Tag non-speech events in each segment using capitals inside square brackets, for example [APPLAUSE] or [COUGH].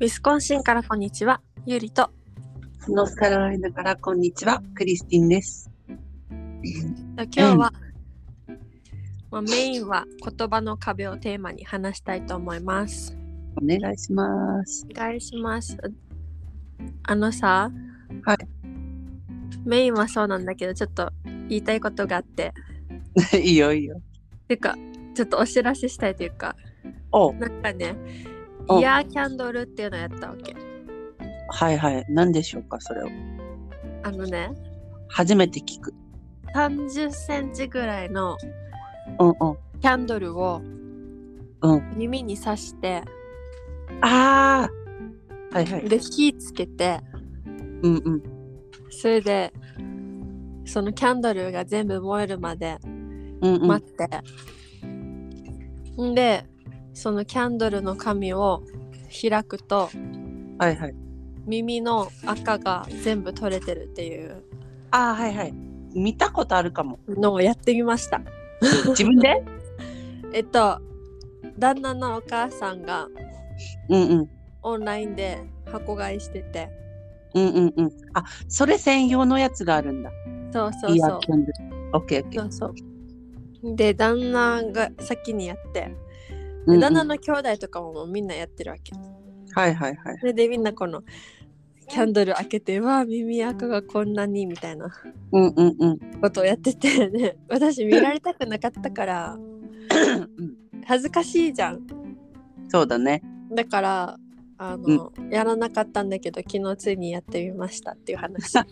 ウィスコンシンからこんにちは、ゆりと。ノースカロライナからこんにちは、クリスティンです。今日は、まあ、メインは言葉の壁をテーマに話したいと思います。お願いします。お願いします。あのさ、はいメインはそうなんだけど、ちょっと言いたいことがあって、いいよいいよ。てか、ちょっとお知らせしたいというか、おなんかね、おイヤーキャンドルっていうのをやったわけ。はいはい。何でしょうか、それを。あのね、初めて聞く。 30センチぐらいのうんうん。キャンドルをうん耳に刺して、ああはいはい。で、火つけて、うんうん。それでそのキャンドルが全部燃えるまでうんうん。待って、ん、でそのキャンドルの紙を開くとはいはい。耳の赤が全部取れてるっていうああはいはい。見たことあるかも。のをやってみました自分でえっと旦那のお母さんがうんうん。オンラインで箱買いしててうんうんうん。あ、それ専用のやつがあるんだ。そうそうイヤそうーキャンドル。オッケーオッケそー。うそうで旦那が先にやって、うんうでん旦那の兄弟とかももうみんなやってるわけはいはいはい。それでみんなこのキャンドル開けて「わあ耳垢がこんなに」みたいなうんうんうん。ことをやってて、 [LAUGHS] ね、私見られたくなかったからうん恥ずかしいじゃんそうだね。だからあの、やらなかったんだけど昨日ついにやってみましたっていう話 [LAUGHS] そう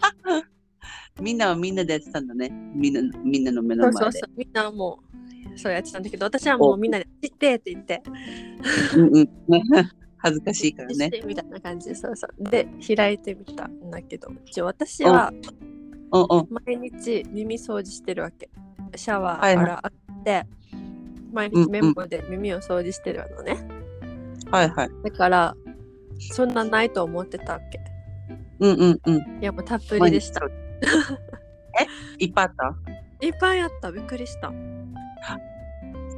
みんなはみんなでやってたんだね。みんなみんなの目のそ前うで。そうみんなはもうそうやってたんだけど私はもうみんなで「知って」って言ってうんうん、恥ずかしいか「ら知っね。て」みたいな感じでそうそうで開いてみたんだけど一応私はうんうん。毎日耳掃除してるわけシャワーはかいはいらあって、毎うん日うん綿棒で耳を掃除してるのね、はいはい。だからそんなないと思ってたわけうんうんうん。いやもうたっぷりでした毎日。えいっぱいあったいっぱいあったびっくりした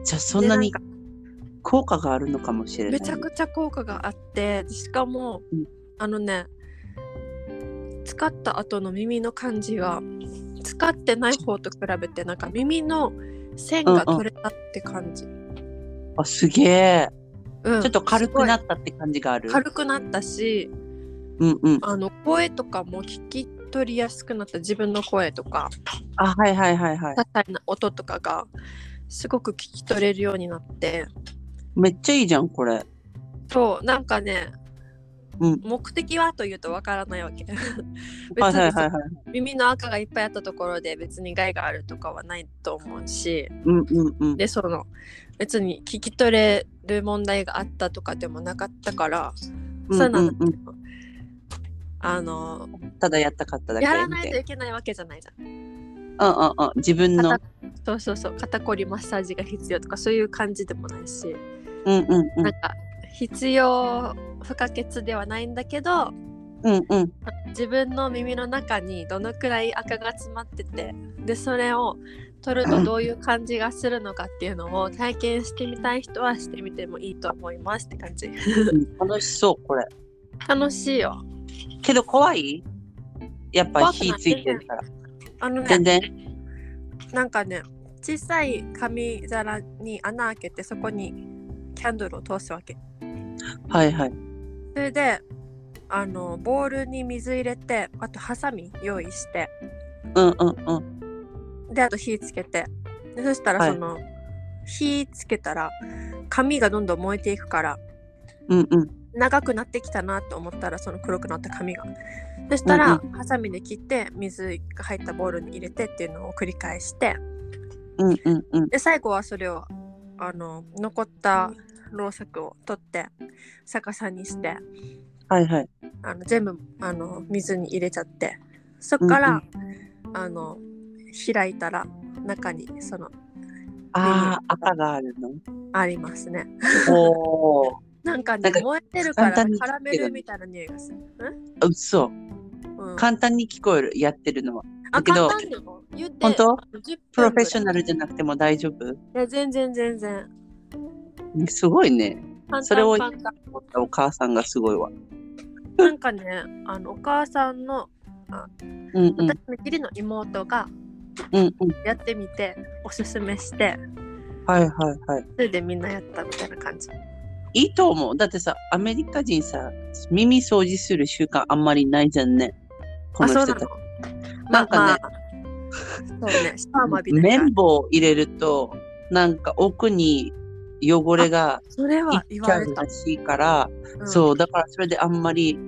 じゃあそんなにでな効果があるのかもしれない。めちゃくちゃ効果があってしかも、うんあのね使った後の耳の感じが使ってない方と比べてなんか耳の線が取れたって感じ、うんあすげえ。ちょっと軽くなすったって感じがあごる。い軽くなったしうんうん。あの声とかも聞き取りやすくなった自分の声とかあはいはいはいはい些。細な音とかがすごく聞き取れるようになってめっちゃいいじゃんこれ。そうなんかね、うん目的はというとわからないわけ [LAUGHS] 別はいはいにはいはい。耳の赤がいっぱいあったところで別に害があるとかはないと思うしうんうんうん。でその別に聞き取れる問題があったとかでもなかったから、うんそううなんんだうけどあのん。ただやったかっただけやらないみとたいいけないわけじゃないじゃんなうんうんうん。自分の。肩そうそうそう肩こりマッサージが必要とかそういう感じでもないし、うんうんなうんん。か必要不可欠ではないんだけどうんうん。自分の耳の中にどのくらい赤が詰まっててでそれを取るとどういう感じがするのかっていうのを体験してみたい人はしてみてもいいと思いますって感じうん楽しそうこれ。楽しいよけど怖いやっぱ怖くない火ついてるから。あのね全然。なんかね小さい紙皿に穴開けてそこにキャンドルを通すわけはいはい。それであのボウルに水入れてあとハサミ用意してうんうんうん。であと火つけてでそしたらはいその、火つけたら紙がどんどん燃えていくからうんうん。長くなってきたなと思ったらその黒くなった紙がそしたら、うハサミで切って水が入ったボウルに入れてっていうのを繰り返してうんうんうん。で最後はそれをあの残ったろうそくを取って逆さにしてはいはい。あの全部あの水に入れちゃってそっから、あの開いたら中にそのああ、赤があるの。ありますねおお。なんかなねんか燃えてるから簡単にカラメルみたいな匂いがする、うそ。うん、簡単に聞こえる、やってるのは。あだけど簡単よ言って本当10プロフェッショナナルじゃなくても大丈夫ル全然全然すごいね。簡それを単簡単お母さんがすごいわ。なんかねあのお母さんのうんうん私の義理の妹がうんうん。やってみておすすめしてはいはいはい。それでみんなやったみたいな感じいいと思う。だってさ、アメリカ人さ、耳掃除する習慣あんまりないじゃんね。こあのそう人なたちの。なんかね、まあま [LAUGHS] あそうねシャーマみたいな綿棒を入れると、なんか奥に汚れがそれいっは言ちわゃれうたらしいから、うんそう、だからそれであんまり、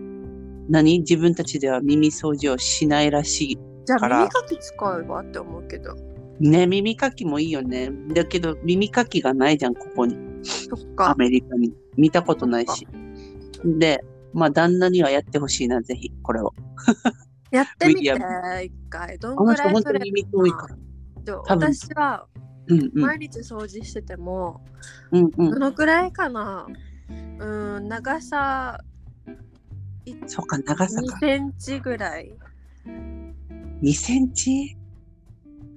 何自分たちでは耳掃除をしないらしじゃあから耳かき使えばって思うけどい。ね、耳かきもいいよね。だけど、耳かきがないじゃん、ここに。そっアかメリカに。見たことないし。で、まあ、旦那にはやってほしいな、ぜひ、これを。やってみてウィリア一回どんあのぐ人、らい本そ当れに耳遠いから。そう多分私はうんうん。毎日掃除してても、うんうどん。のくらいかなうん長さそうか、長さ2か。センチぐらい2センチ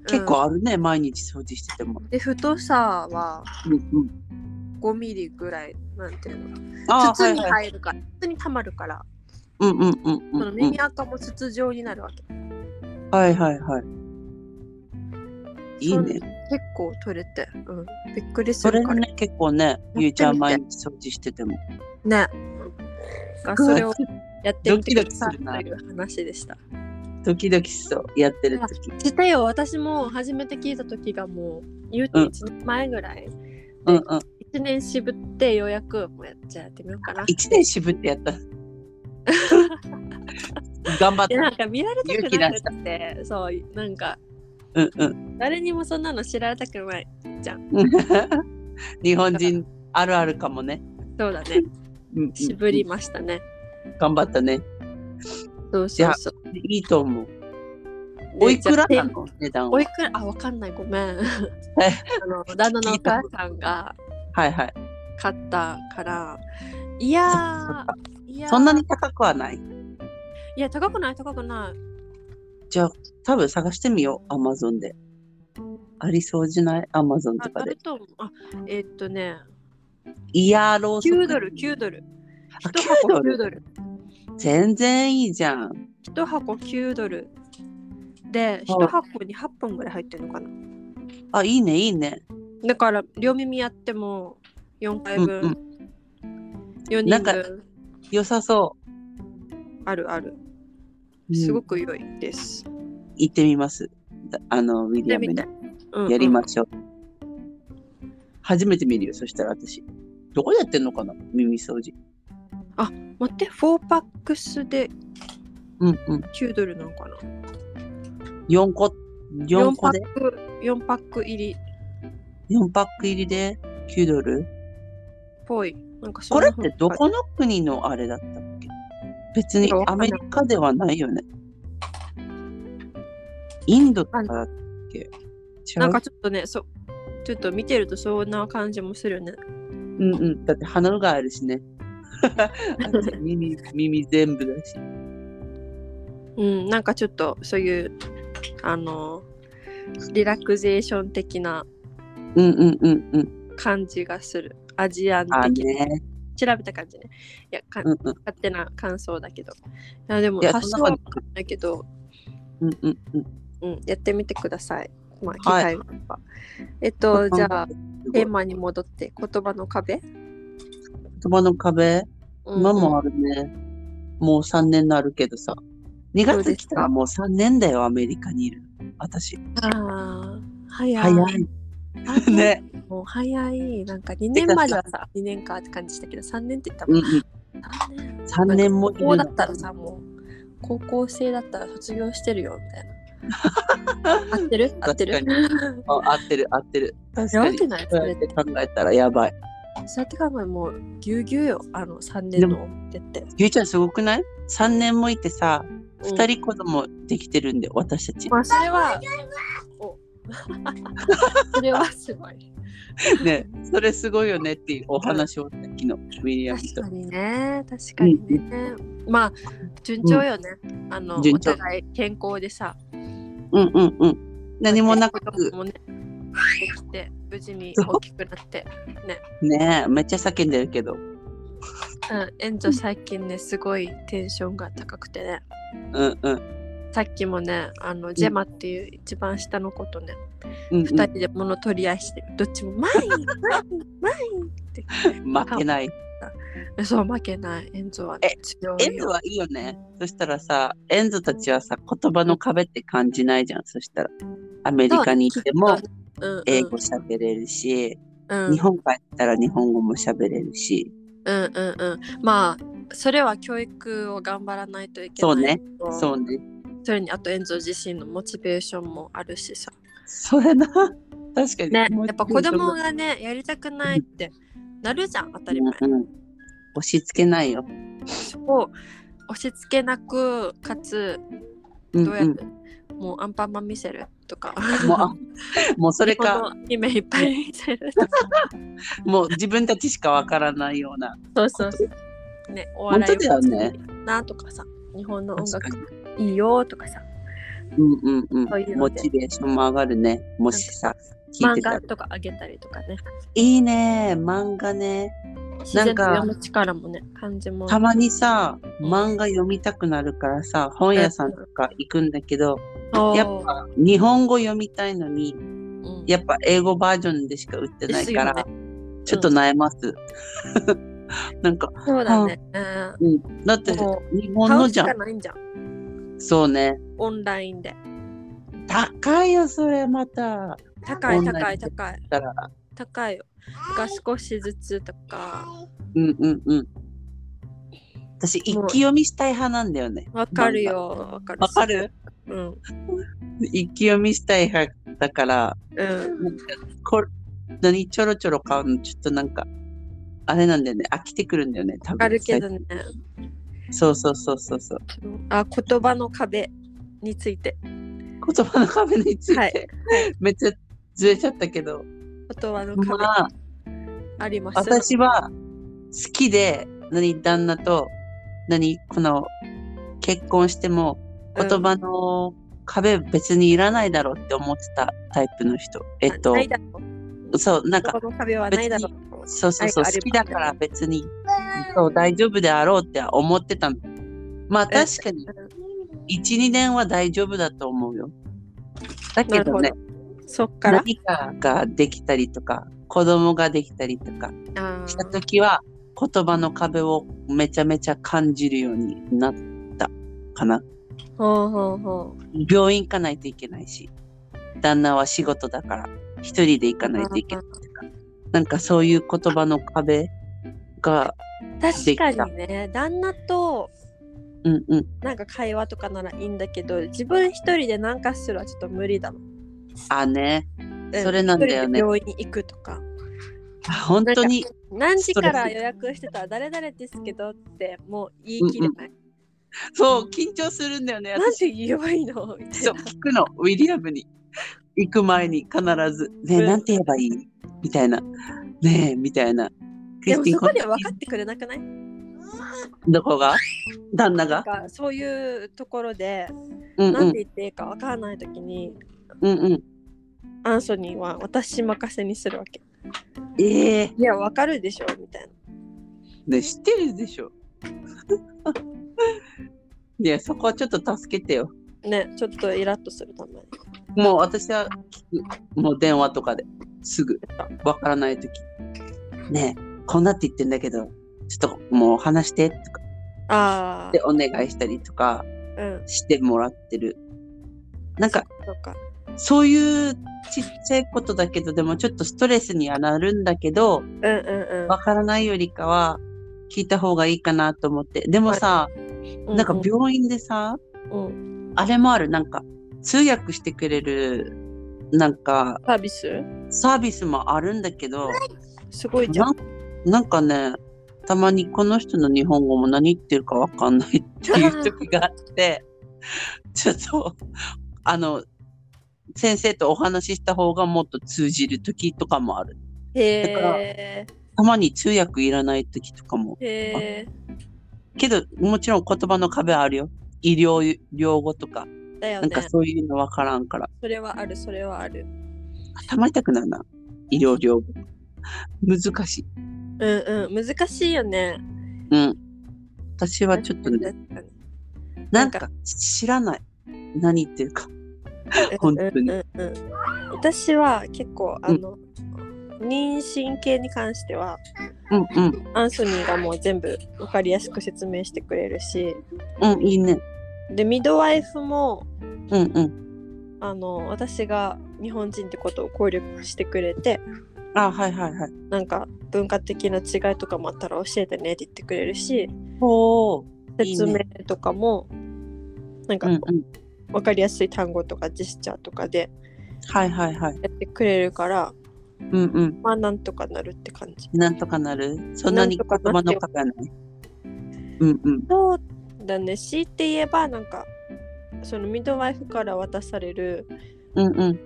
結、構あるね、毎日掃除しててもう。んで太さはうんうん。 5ミリぐらいなんていうのああ、は筒いにはい。入るから、筒に溜まるから、うんうんうんそうのんうん耳。垢も筒状になるわけ。はいはいはい。いいそんね。結構取れて、うん、びっくりすそれるから。ねね、結構ね、ゆうちゃん毎日掃除してても。がそれをやってみてドキドくキだすさいるなという話でした。 [LAUGHS] ドキドキしそう、やってる時。してよ、私も初めて聞いた時がもう、言うてうん1年前ぐらい、うんうん。 1年渋ってようやくもうやっちゃやってみようかな。一年渋ってやった。 [LAUGHS] 頑張っでたなん。か見られたくなくって、そう、なんかうんうん。誰にもそんなの知られたくない。日本人あるあるかもね。そうだね、うんうん渋りましたね。頑張ったね。そうそうそう。いいと思う。でおいくらじゃなあの値段おはいくらあわかんないごめんあの旦那のお母さんがはいはい。買ったからいやーいやーそんなに高くはない。いや高くない高くないじゃあ、多分探してみよう、アマゾンで。ありそうじゃないアマゾンあとかあでる。と思うあえっとねイヤーローソク。 9ドル9ドルあ1箱9 9ドル全然いいじゃん。 1箱9ドルで1箱に8本ぐらい入ってるのかなあ、いいね、いいね。だから両耳やっても4回分、うんう4な人んか分良さそあるあるう。すごく。く良いです、行ってみます。だあの、ウィリでアム見にて、うんうんやりましょう。初めて見るよ、そしたら私。どこでやってんのかな耳掃除。待って4パックスでうんうん。 9ドルなのかな4個、4個でパック4パック入りっ4パック入りで9ドルぽいなんかそこんなれってどこの国のあれだったっけ別にアメリカではないよね。インドとかだっけ違うなんかちょっとねそちょっと見てるとそんな感じもす [LAUGHS] るよねうんうん。だって鼻がある [LAUGHS] しね。耳耳全部だし。うんなんかちょっとそういうあのリラクゼーション的なうんうんうんうん。感じがするアジアンあ的な、ね。調べた感じねいやか、うんうん。勝手な感想だけどいやでもいや発そ想んはな感わじかんないけど、うんうんうん。うん、やってみてくださいまあ機はい会があれば、えっとじゃあすごテいーマに戻って言葉の壁、言葉の壁、うん今もあるね。もう3年になるけどさ。2そう月です来かたらもう3年だよ、アメリカにいるの。私。ああ早い早い。 [LAUGHS] ね。もう早いなんか2て年かさまではさ2年かって感じしたけど3年って言ったうんも、うんん。 3年3年もいる高校だのったらさもう高校生だったら卒業してるよみたい [LAUGHS] な合ってる合ってる確かあ合ってる合ってる確やかばにくないそそうやれって考えたらやばいそうやって考えもうぎゅうぎゅうよあの3年のってって、ゆうちゃんすごくない ?3 年もいてさうん2人子供できてるんで私 [LAUGHS] たちまあそれはお [LAUGHS] それはすごいねそれすごいよねっていうお話を昨日ウィリアム確とかにね確かにね、まあ順調よね、あの順お調互い健康でさうんうんうん何もなく子供もねできて無事に大きくなって、ねえ、めっちゃ叫んでるけど。うん、エンジョ最近ねすごいテンションが高くてねうんうん。さっきもねあのジェマっていう一番下の子とね、うん二人で物取り合いしてどっちも「マインマインマイン!」ってうん、負けない。えそう負けないエンゾは、ね、強エいンズよはいいよね。そしたらさ、エンズたちはさ、言葉の壁って感じないじゃん。そしたら、アメリカに行ってもうんうん英語喋れるし、うん日本帰ったら日本語も喋れるし。うんうんうんまあそれは教育を頑張らないといけそうないねけどそうね。それにあとエンゾ自身のモチベーションもあるしさそれな。確かに。ねやっぱ子供がねやりたくないってなるじゃん当たり前うんうん押し付けないよ。を押し付けなくかつうんどうやっうて、もうアンパンマン見せるとかん、も [LAUGHS] うあ、もうそれか、この夢いっぱい見せるとかもう自分たちしかわからないような。そうそうそうねお本笑当いだよねをなとかさ日本の音確か楽にいいよとかさうんうんうんそういうのモでチベーションも上がるね。もしさ、聞い漫てた画ら。とかあげたりとかねいいね、漫画ね。自然と読む力もね感じもたまにさ、漫画読みたくなるからさ、本屋さんとか行くんだけど、やっぱ日本語読みたいのに、うんやっぱ英語バージョンでしか売ってないから、ですちょっと [LAUGHS] 悩ます。なんか、そうだね、うん、だっても日う本買のうじしゃかん。ないんじゃんそうね。オンラインで高いよ、それまた。高いオンラ高イいンで高いだから、高いよが少しずつとかうんうんうん。私、一気読みしたい派なんだよね。わかるよわかるわかる [LAUGHS] うん一気読みしたい派だから、うんこ何ちょろちょろ買うのちょっとなんかあれなんだよね飽きてくるんだよね多わ分かるけどねそうそうそうそうそうあ言葉の壁について言葉の壁について、はいめっちゃずれちゃったけど言葉のま壁ああります、私は好きで何旦那と何この結婚してもうん言葉の壁別にいらないだろうって思ってたタイプの人えっとないだろうそうなんか言葉の壁はないだろうそうそうそう、愛があれば好きだから別に、そう、大丈夫であろうって思ってたの。まあ確かに、1、2年は大丈夫だと思うよ。だけどね、そっから何かができたりとか、子供ができたりとかあしたー時は、言葉の壁をめちゃめちゃ感じるようになったかな。ほうほうほう病院行かないといけないし、旦那は仕事だから、一人で行かないといけないとか、なんかそういう言葉の壁が、確かにね旦那とうんうん、なんか会話とかならいいんだけど自分一人で何かするはちょっと無理だもん、あね、うそれなんだ一よね人で病院に行くとか本当に何時から予約してたら誰々ですけどってもう言い切れない、そう緊張するんだよねなん私て言えばいいのみたいそうな聞くのウィリアムに行く前に必ず「ねえうんなんて言えばいい?」みたいな「ねえ」みたいなクリでスもティンそここで分かってくれなくないどこが旦那なんがかそういうところでうんう何んて言っていいか分からない時にうんうんアンソニーは私任せにするわけええいや分かるでしょみたいなね知ってるでしょ [LAUGHS] いやそこはちょっと助けてよねちょっとイラッとするためにもう私は聞くもう電話とかですぐわからない時ねえこんなって言ってんだけどちょっともう話してとかあでお願いしたりとかあうんしてもらってるなんかそうかそういうちっちゃいことだけどでもちょっとストレスにはなるんだけどうんうんわからないよりかは聞いた方がいいかなと思ってでもさ、うんなんか病院でさうんうんあれもあるなんか通訳してくれるなんかサービスサービスもあるんだけどすごいじゃんななんかねたまにこの人の日本語も何言ってるかわかんないっていう時があって [LAUGHS] ちょっとあの先生とお話しした方がもっと通じる時とかもあるへだからえたまに通訳いらない時とかもへえけどもちろん言葉の壁あるよ医療用語とかだよなんねかそういうのわからんからそれはあるそれはある頭痛くなるな。医療療法。難しい。うんうん難しいよね。うん。私はちょっとね、なんか知らない。何言ってるか。本当にうんうんうん私は結構あの、妊娠系に関してはうんうん。アンソニーがもう全部分かりやすく説明してくれるしうん、いいね。でミドワイフもうんうん。あの私が日本人ってことを考慮してくれてあ、はいはいはい。なんか文化的な違いとかもあったら教えてねって言ってくれるしほう。いいね説明とかもなんうかんうん。分かりやすい単語とかジェスチャーとかではいはいはい。やってくれるからうんうん。まあなんとかなるって感じ。なんとかなる。そんなに言なんとかな葉ってのよかかない。うんうん。そうだね強いて言えばなんかそのミドワイフから渡されるうんうん。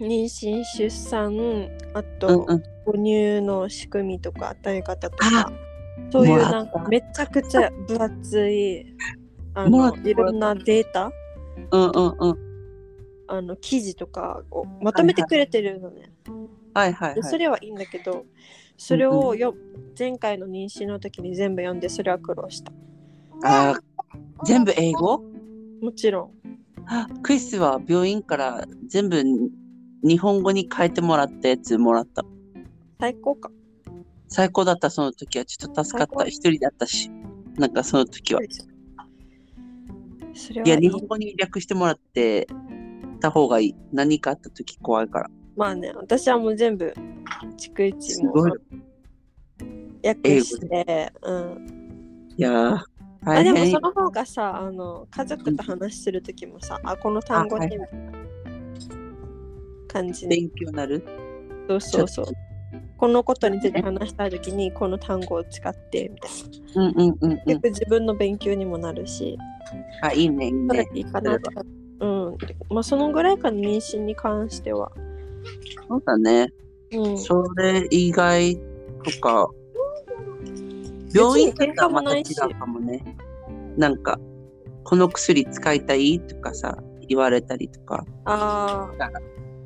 妊娠出産あうんとうん。母乳の仕組みとか与え方とかそういうもうあったなんかめちゃくちゃ分厚いあもうあっのたいろんなデータうんうんうん。あの記事とかをまとめてくれてるのね。はいはいではそい。れはいいんだけどそれをよ前回の妊娠の時に全部読んでそれは苦労した。あー全部英語もちろんあクリスは病院から全部日本語に変えてもらったやつもらった。最高か。最高だった、その時は。ちょっと助か最った。高一人だったし。なんかその時は。それはいいや、い日本語に略してもらってた方がいい。何かあった時怖いから。まあね、私はもう全部、逐一すもごい。訳して、うん。いやー、あ大でも変そ。の方がさ、あの家族と話するときもさ、あ、この単語あね、はみたいな感じね。勉強になる。そうそうそう。このことについてね話したいときに、この単語を使って、みたいな。うんうんうんう結ん。局自分の勉強にもなるし、あ、いいね、いいそれね。でいいかなと。うん。まあそのぐらいかな、妊娠に関しては。そうだね。うん。それ以外とか、病院とかまた違うかもね。なんか、この薬使いたいとかさ、言われたりとか。ああ、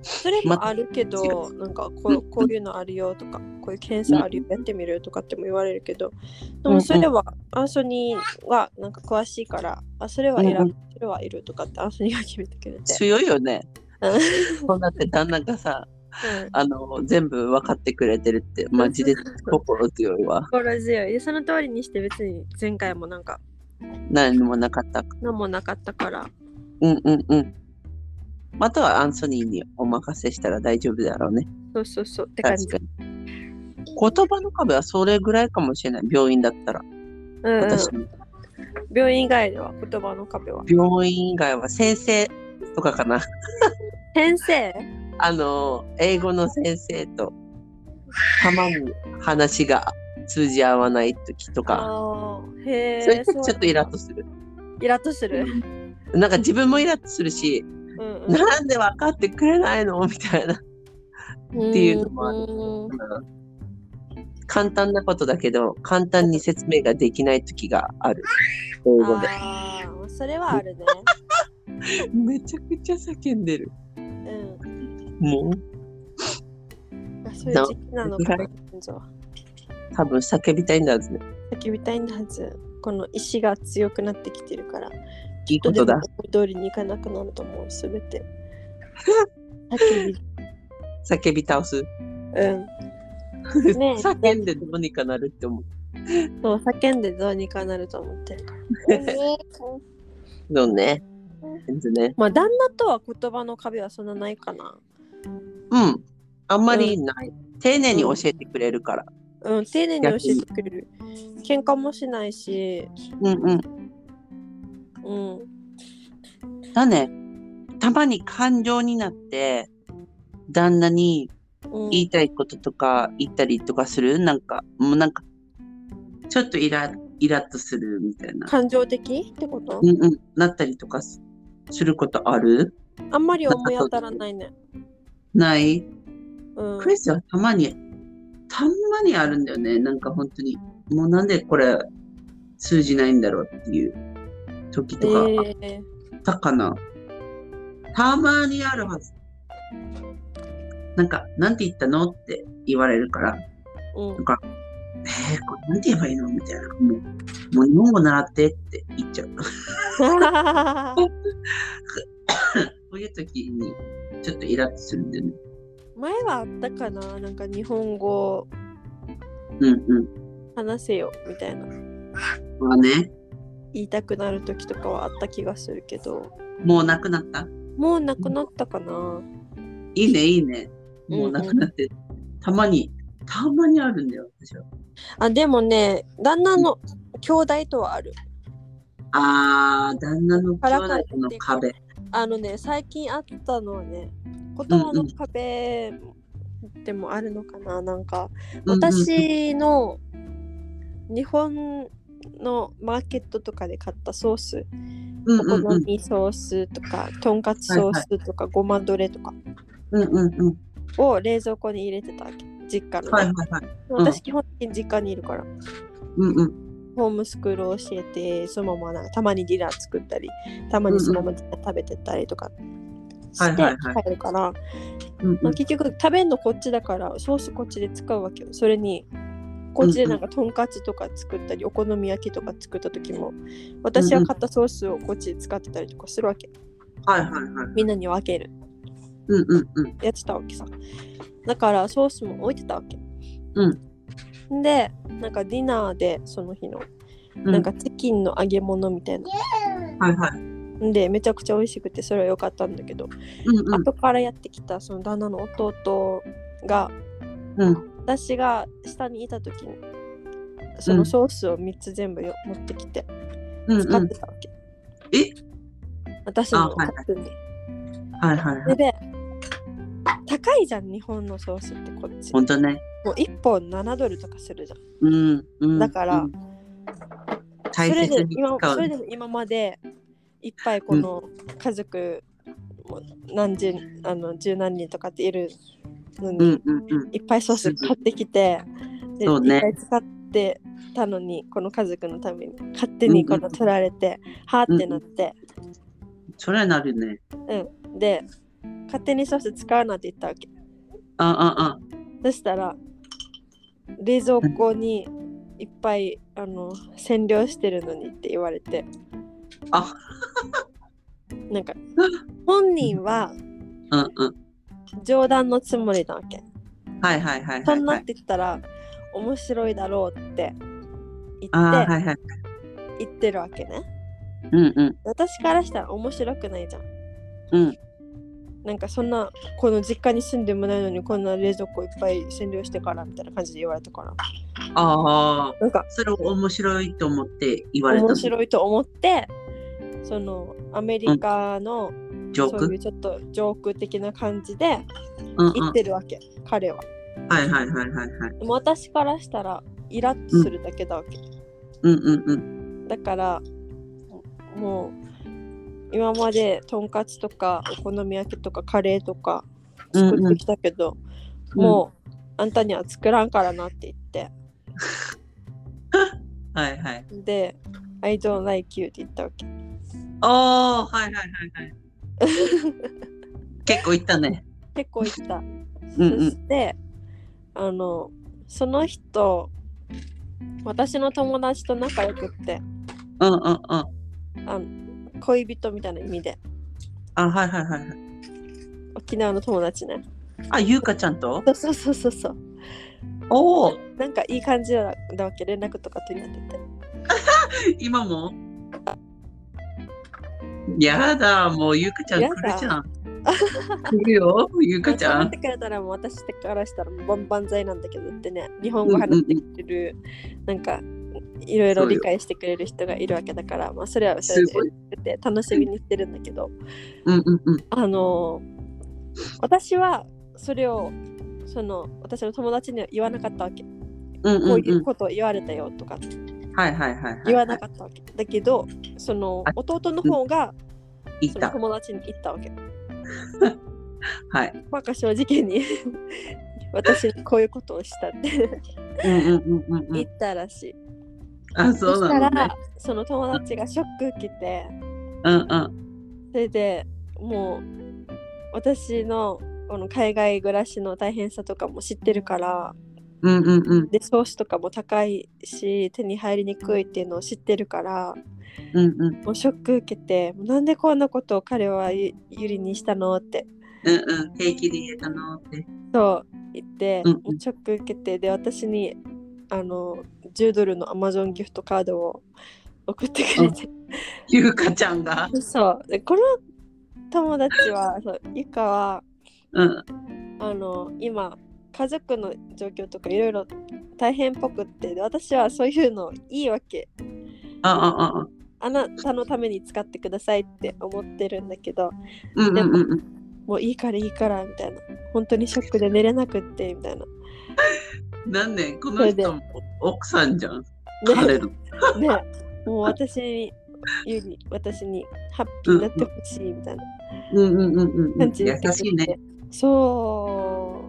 それもあるけど、 [LAUGHS] なんかこうんううんこういうのあるよとか、こういう検査あるよ、やってみるよとかっても言われるけど、でうんうもんそれはアンソニーはなんか詳しいから、あそれは選ぶ、うんうんそれはいるとかってアンソニーが決めてくれて。強いよね。うんそうなって旦那がさ、うんあの、全部分かってくれてるって、マジで心強いわ。心強いでその通りにして別に前回もなんか何もなかった。何もなかったからうんうんうん。あとはアンソニーにお任せしたら大丈夫だろうね。そうそうそうって感じ確かに。言葉の壁はそれぐらいかもしれない。病院だったら。うんうん、私も病院以外では言葉の壁は病院以外は先生とかかな。先生あの、英語の先生と、たまに話が通じ合わない時とか、あーへそえれちょっとイラッとする。イラッとする、なんか自分もイラッとするし、うんうん、なんで分かってくれないのみたいな。っていうのもあるる。簡単なことだけど、簡単に説明ができない時がある。英語で。ああ、それはあるね。めちゃくちゃ叫んでる。う。もうんあそういう時期なのかな。多分叫びたいんだはずね。叫びたいんだはず。この意志が強くなってきてるから。いいことだ。思い通りにいかなくなると思う、すべて。叫び。叫び倒す。うん。ねえ叫んでどうにかなるって思う。そう叫んでどうにかなると思ってるから。そうね。全然ね。まあ、旦那とは言葉の壁はそんなないかな。うん。あんまりない。丁寧に教えてくれるから。うん、丁寧に教えてくれる。喧嘩もしないし、うんうん。うん。だね。たまに感情になって、旦那にうん、言いたいこととか言ったりとかするなんか、もうなんか、ちょっとイライラッとするみたいな。感情的ってことうんうん。なったりとかすすることあるあんまり思い当たらないね。ないうん、クリスはたまに、たまにあるんだよね。なんか本当に、もうなんでこれ通じないんだろうっていう時とかあっえーたかな。たまにあるはず。なんか、なんて言ったのって言われるから、うん [LAUGHS] なんか、えー、これなんて言えばいいのみたいな。もう、もう日本語習ってって言っちゃう。そういう時に、ちょっとイラッとするんだよね。前はあったかななんか日本語うんうん。話せよみたいなまあね、言いたくなる時とかはあった気がするけどもうなくなったもうなくなったかな、いいね、いいね。もうなくなって、たまに、たまにあるんだよ、私は。あでもね旦那の兄弟とはあるあー、旦那の兄弟の壁。あのね最近あったのはね言葉の壁でもあるのかな、なんか私の日本のマーケットとかで買ったソースうんおうんうん、好みソースとか、とんかつソースとか、ごまどれとかうんうんうん。を冷蔵庫に入れてたわけ実家のね、はいはいはい。私基本的に実家にいるからうんうん。ホームスクールを教えてそのままなんかたまにディナー作ったりたまにそのままディナー食べてったりとかはしいてはいはい帰るから、うんまうあん、結局食べんのこっちだからソースこっちで使うわけよそれにこっちでなんかとんかつとか作ったりお好み焼きとか作った時も私は買ったソースをこっちで使ってたりとかするわけはいはいはい。みんなに分けるうんうんうん。やってたわけさだからソースも置いてたわけうんでなんかディナーでその日のうなん、かチキンの揚げ物みたいな、はいはい。ん、でめちゃくちゃ美味しくてそれは良かったんだけど、うんうん後からやってきたその旦那の弟がうん。私が下にいた時にそのソースを3つ全部よ持ってきてうん使うっんて。たわけ、え私のあはい買はいってんで、はいはいはそれい。で高いじゃん日本のソースってこっちほもんとね。う1本7ドルとかするじゃんうんうん。だからうんそ大れ切でに今使そうれ。で今までいっぱいこの家族もう何十あの十何人とかっているのうにんうんうん。いっぱいソース買ってきて、でそうねいっぱい使ってたのにこの家族のために勝手にこの取られて、はーってなって、それはなるね。で勝手にソース使うなって言ったわけあああ。そしたら冷蔵庫にいっぱいあの占領してるのにって言われてあなんか本人はうんうん。冗談のつもりなわけはいはいはいそはいんなはっい。て言ったら面白いだろうって言ああっはいはい。て言ってるわけねうんうん私からしたら面白くないじゃんうん。なんかそんなこの実家に住んでもないのにこんな冷蔵庫いっぱい占領してからみたいな感じで言われたからああ。なんかそれを面白いと思って言われた面の白いと思ってそのアメリカのジョーそういクうちょっとジョーク的な感じでうんうん。言ってるわけ、彼ははいはいはいはいはい。でも私からしたらイラッとするだけだわけ、うんうんうん。だからもう今までとんかつとかお好み焼きとかカレーとか作ってきたけど、うんもうあんたには作らんからなって言ってはいはい。で「I don't like you」って言ったわけああ、はいはいはいはい。結構言ったね。結構言 [LAUGHS] ったうんうそしてあのその人私の友達と仲良くってうんうんうん。あの恋人みたいな意味であ、はいはいはいはい。沖縄の友達ねあ、ゆうかちゃんとそうそうそうそうそうおお、なんかいい感じだだわけ連絡とか取り合ってて今もやだ、もうゆうかちゃん来るじゃん。来るよ、ゆうかちゃ [LAUGHS] そうなっんて。くれたらもう私からしたらもう万々歳なんだけどってね日本語話してくれる、なんかいろいろ理解してくれる人がいるわけだからまあそれはそれすでごい。で楽しみにしてるんだけどうんうんうん。あの私はそれをその私の友達には言わなかったわけ、うんこううん。いううんことを言われたよとかはいはいはいはい。言わなかったわけ、だけどそのあ弟の方がいそのた。友達に言ったわけはい。まあ正直に [LAUGHS] 私にこういうことをしたってうんうんうんうんう言ん。ったらしい、あ、そうそしたなのねら。その友達がショック受けてうんうん。それでもう私のこの海外暮らしの大変さとかも知ってるからうんうんうんでソースとかも高いし手に入りにくいっていうのを知ってるからうんうんもうショック受けてもうなんでこんなことを彼はゆゆりにしたのってうんうん平気で言えたなってそう言って、うんうんもうショック受けてで私にあの10ドルのアマゾンギフトカードを送ってくれて、ゆうかちゃんがそうでこの友達はそうゆかはうんあの今家族の状況とかいろいろ大変っぽくってで私はそういうのいいわけああああなたのために使ってくださいって思ってるんだけどうんうんうんうんもういいからいいからみたいな本当にショックで寝れなくってみたいな、なんでこの人も奥さんじゃん彼のねもう私にゆり私にハッピーになってほしいみたいなうんうんうんうんう感んじで優しいねそ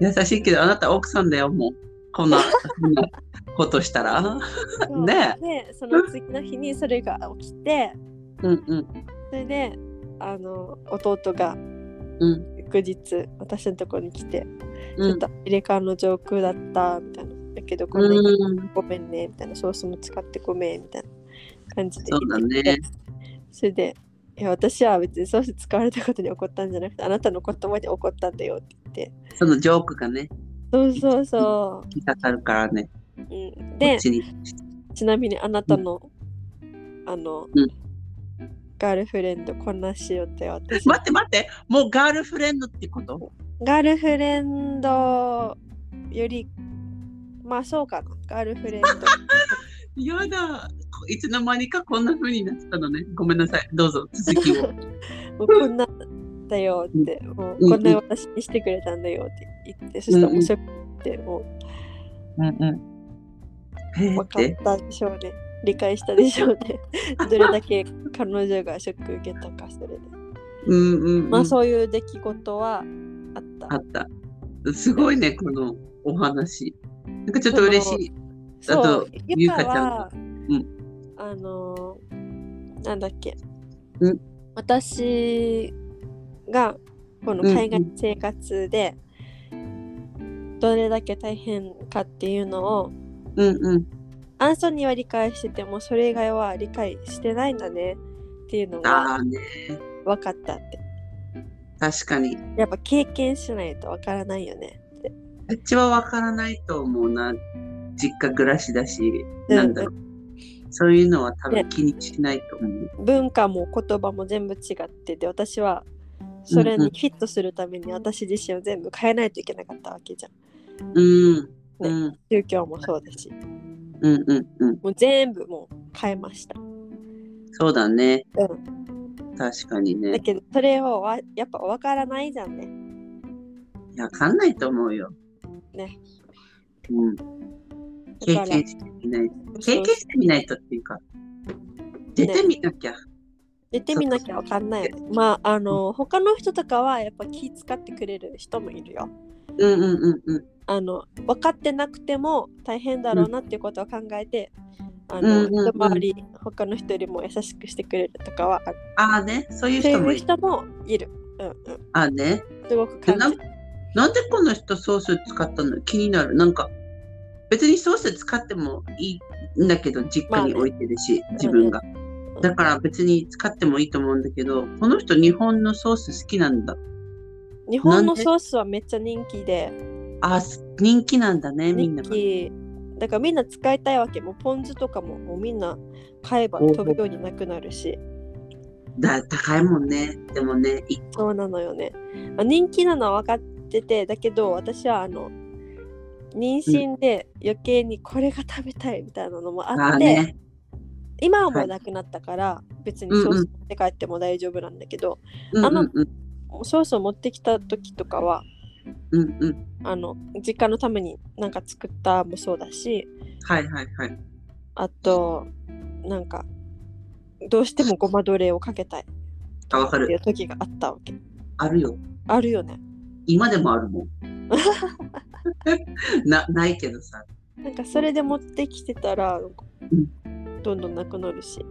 う優しいけどあなた奥さんだよもうこんなこんなことしたらそうねでその次の日にそれが起きてうんうんそれであの弟がうん翌日私のところに来て、うちょんっと入れ替わの上空だったみたいなだけどこうれでんごめんねみたいなソースも使ってごめんみたいな感じでそうだねそれでいや私は別にソース使われたことに怒ったんじゃなくてあなたの言葉に怒ったんだよって言ってそのジョークがねそうそうそ引き刺さるからねう、うん、こでっちにちなみにあなたの、あの、うんガールフレンドこんなしようって私待って待ってもうガールフレンドってことガールフレンドよりまあそうかなガールフレンドやだいつの間にかこんな風になってたのねごめんなさいどうぞ続きをもうこんなだよってもうこんな私にしてくれたんだよって言ってそしたらもうショックでもうんうんうえー分っかってたでしょうね理解したでしょう [LAUGHS] ねどれだけ彼女がショック受けたかそれでうんうん、うん、まあそういう出来事はあったあったすごいねこのお話なんかちょっと嬉しいあそとうゆゆかかちゃんは、うんあのーなんだっけ、うん私がこの海外生活でどれだけ大変かっていうのを、うんうんアンソニーは理解しててもそれ以外は理解してないんだねっていうのあがあね分かったって確かにやっぱ経験しないと分からないよねってうちはわからないと思うな実家暮らしだし、うんなんだろうそういうのは多分気にしないと思う、文化も言葉も全部違ってで私はそれにフィットするために私自身を全部変えないといけなかったわけじゃんうんうん宗教もそうだしうんうんうんもう全部もう変えました、そうだねうん、確かにだねけどそれをわやっぱ分からないじゃんねいやわかんないと思うよねうんだ経から験してみない経験してみないとっていうか出てみなきゃ、出てみなきゃ分かんないよねまああの他の人とかはやっぱ気使ってくれる人もいるようんうんうんうんあの分かってなくても大変だろうなっていうことを考えて、あのうんうんうん一回り他の人よりも優しくしてくれるとかはあるああねそういうそう人もいういる人もいる。うんうん、ああねすごくで感なじる。なんでこの人ソース使ったの気になるなんか別にソース使ってもいいんだけど実家に置いてるし、自分が、うんだから別に使ってもいいと思うんだけどこの人日本のソース好きなんだ日本のソースはめっちゃ人気で、あす人気なんだねみん人な気。だからみんな使いたいわけ。もうポン酢とかももうみんな買えば飛ぶようになくなるし。だ高いもんねでもねいそうなのよね。あ人気なのは分かってて、だけど私はあの妊娠で余計にこれが食べたいみたいなのもああって、ーね今はもうなくなったから、別にソース持って帰っても大丈夫なんだけど、うんうんあうんもうソースを持ってきた時とかはうんうんあの実家のためになんか作ったもそうだしはいはいはいあとなんかどうしてもごまどれをかけたいあわかっているう時があったわけあるよあるよね今でもあるもん [LAUGHS] なないけどさなんかそれで持ってきてたらなんかどんどんなくなるし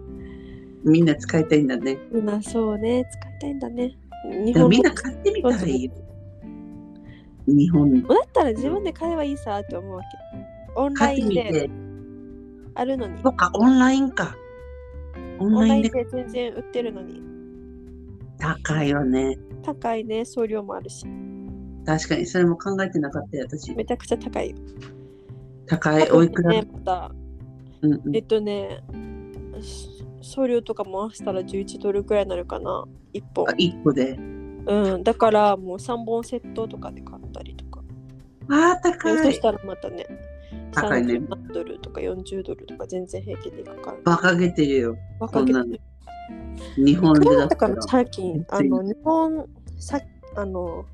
みんな使いたいんだねみんなそうね使いたいんだねで日も本みんもな買ってみたらいいよ日本だったら自分で買えばいいさって思うわけ。オンラ買イってンみでてあるのにそ。っかオンラインかオンオンラライインンでで全然売ってるのに。高いよね高いね、送料もあるし。確かにそれも考えてなかったよ私めちゃくちゃ高いよ。高い多お分いくら、ね、またうんうえんっとね、し送料とか回したら11ドルくらいになるかな、1本あ。一個でうん、だからもう3本セットとかで買ったりとか。あーで高そいしたらまたね、高いね30ドルとか40ドルとか全然平気でかかる。馬鹿げてるよわこかんけなどの日本こでれだだっったたからら最近、あ全の、日本、さあの、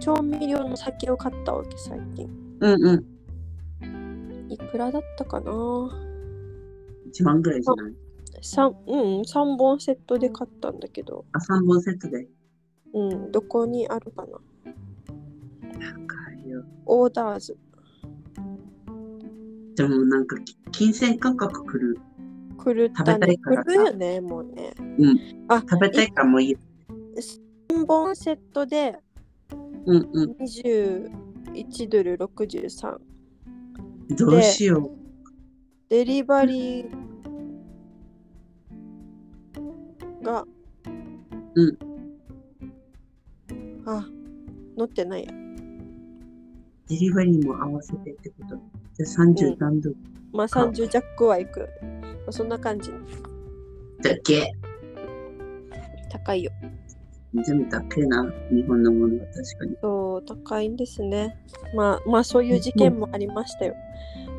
調味料の酒を買ったわけ、最近。うんうんいくらだったかな1万ぐらいじゃない三うん、3本セットで買ったんだけど、あ三本セットでうん、どこにあるかな高いよオーダーズ、でもなんかき金銭感覚くる狂ったね。食べたいからさ狂うよね、もうね。食べたいからもういい3本セットでうんう21ドル63。んどうしようデリバリーが、うん。あ、乗ってないや。デリバリーも合わせてってことじゃあ30何度まあ30弱はいく。まあそんな感じ。だけ高いよ。全部だけな日本のものは確かにそう、高いんですね。まあ、まあ、そういう事件もありましたよ。